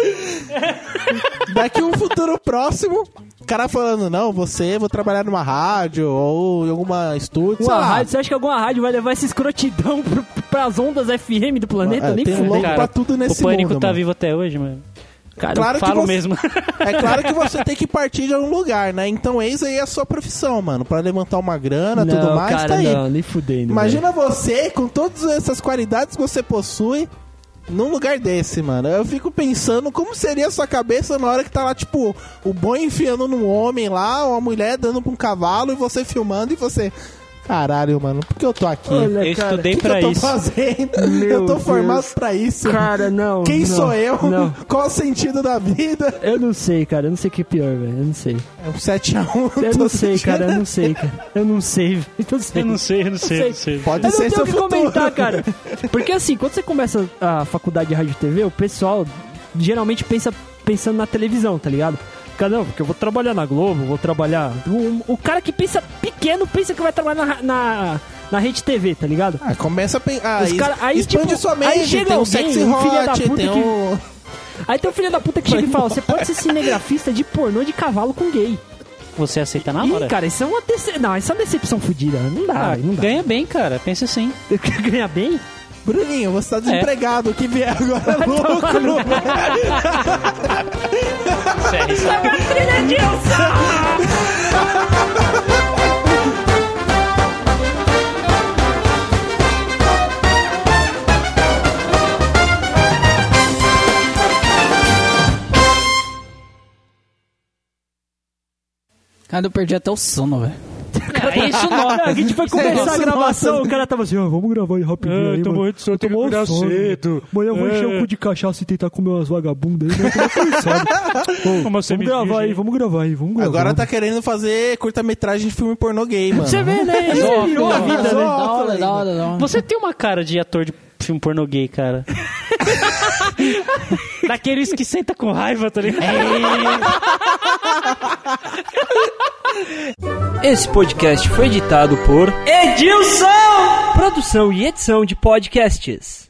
[SPEAKER 3] daqui um futuro próximo, o cara falando, não, você, vou trabalhar numa rádio ou em alguma estúdio, sei
[SPEAKER 1] Uma
[SPEAKER 3] lá.
[SPEAKER 1] rádio, você acha que alguma rádio vai levar esse escrotidão pro, pras ondas FM do planeta?
[SPEAKER 3] É,
[SPEAKER 1] Nem
[SPEAKER 3] tem um
[SPEAKER 1] fudeu.
[SPEAKER 3] louco pra tudo nesse
[SPEAKER 2] o pânico
[SPEAKER 3] mundo,
[SPEAKER 2] tá
[SPEAKER 3] mano.
[SPEAKER 2] vivo até hoje, mano. Cara,
[SPEAKER 3] Claro
[SPEAKER 2] eu
[SPEAKER 3] que
[SPEAKER 2] falo
[SPEAKER 3] você-
[SPEAKER 2] mesmo.
[SPEAKER 3] É claro que você tem que partir de algum lugar, né? Então eis aí a sua profissão, mano. Pra levantar uma grana, tudo mais,
[SPEAKER 1] cara,
[SPEAKER 3] tá aí.
[SPEAKER 1] não, nem fudendo.
[SPEAKER 3] Imagina você, com todas essas qualidades que você possui, num lugar desse, mano. Eu fico pensando como seria a sua cabeça na hora que tá lá, tipo, o boi enfiando num homem lá, ou a mulher dando pra um cavalo, e você filmando, e você... Caralho, mano, por que eu tô aqui?
[SPEAKER 1] Olha,
[SPEAKER 2] Eu
[SPEAKER 1] cara,
[SPEAKER 2] estudei
[SPEAKER 3] o que, que
[SPEAKER 2] pra
[SPEAKER 3] eu tô
[SPEAKER 2] isso.
[SPEAKER 3] fazendo?
[SPEAKER 1] Meu
[SPEAKER 3] eu tô
[SPEAKER 1] Deus.
[SPEAKER 3] formado pra isso.
[SPEAKER 1] Cara, não.
[SPEAKER 3] Quem
[SPEAKER 1] não,
[SPEAKER 3] sou eu?
[SPEAKER 1] Não.
[SPEAKER 3] Qual o sentido da vida?
[SPEAKER 1] Eu não sei, cara. Eu não sei o que é pior, velho. Eu não sei.
[SPEAKER 3] É um 7x1.
[SPEAKER 1] Eu não sei, cara. Eu não sei, cara. Eu não sei, velho. Eu não sei.
[SPEAKER 2] Eu não sei, eu não sei, eu não sei.
[SPEAKER 3] Pode
[SPEAKER 1] Eu não tenho
[SPEAKER 3] ser seu
[SPEAKER 1] o que
[SPEAKER 3] futuro.
[SPEAKER 1] comentar, cara. Porque assim, quando você começa a faculdade de rádio e TV, o pessoal geralmente pensa pensando na televisão, tá ligado? Cara, não, porque eu vou trabalhar na Globo, vou trabalhar. O, o cara que pensa pequeno pensa que vai trabalhar na, na, na Rede TV, tá ligado?
[SPEAKER 3] Ah, começa a pensar.
[SPEAKER 1] Os cara- aí,
[SPEAKER 3] expande
[SPEAKER 1] tipo,
[SPEAKER 3] sua mente.
[SPEAKER 1] aí chega
[SPEAKER 3] tem um
[SPEAKER 1] alguém,
[SPEAKER 3] sexy
[SPEAKER 1] um filho da
[SPEAKER 3] hot,
[SPEAKER 1] puta
[SPEAKER 3] tem
[SPEAKER 1] que-
[SPEAKER 3] um.
[SPEAKER 1] Aí tem o filho da puta que chega e fala: você pode ser cinegrafista de pornô de cavalo com gay.
[SPEAKER 2] Você aceita na hora?
[SPEAKER 1] Ih, cara, isso é uma decepção. Não, isso é uma decepção fodida. Não dá,
[SPEAKER 2] Ah,
[SPEAKER 1] não dá.
[SPEAKER 2] ganha bem, cara. Pensa assim.
[SPEAKER 1] Ganha bem?
[SPEAKER 3] Bruninho, você
[SPEAKER 1] É.
[SPEAKER 3] tá desempregado. O que vier agora é lucro.
[SPEAKER 4] Cara, eu perdi até o sono, velho.
[SPEAKER 2] É isso não.
[SPEAKER 1] a gente foi começar a
[SPEAKER 3] nossa,
[SPEAKER 1] gravação, o cara tava assim, ó, vamos gravar aí rapidinho aí, mano. Eu É, tô morrendo de sono, cedo. É. Amanhã eu vou encher o cu de cachaça e tentar comer umas vagabundas aí, mas eu tô cansado. Ô, vamos gravar aí, vamos gravar aí, vamos gravar.
[SPEAKER 3] Agora tá querendo fazer curta-metragem de filme pornô gay, mano.
[SPEAKER 1] Você vê, né? Ele
[SPEAKER 2] Só,
[SPEAKER 1] virou a
[SPEAKER 2] só.
[SPEAKER 1] vida, né?
[SPEAKER 4] Da hora, da hora, da hora.
[SPEAKER 2] Você tem uma cara de ator de filme pornô gay, cara. Daqueles que senta com raiva, tá ligado?
[SPEAKER 1] Esse podcast foi editado por Edilson! Produção e edição de podcasts.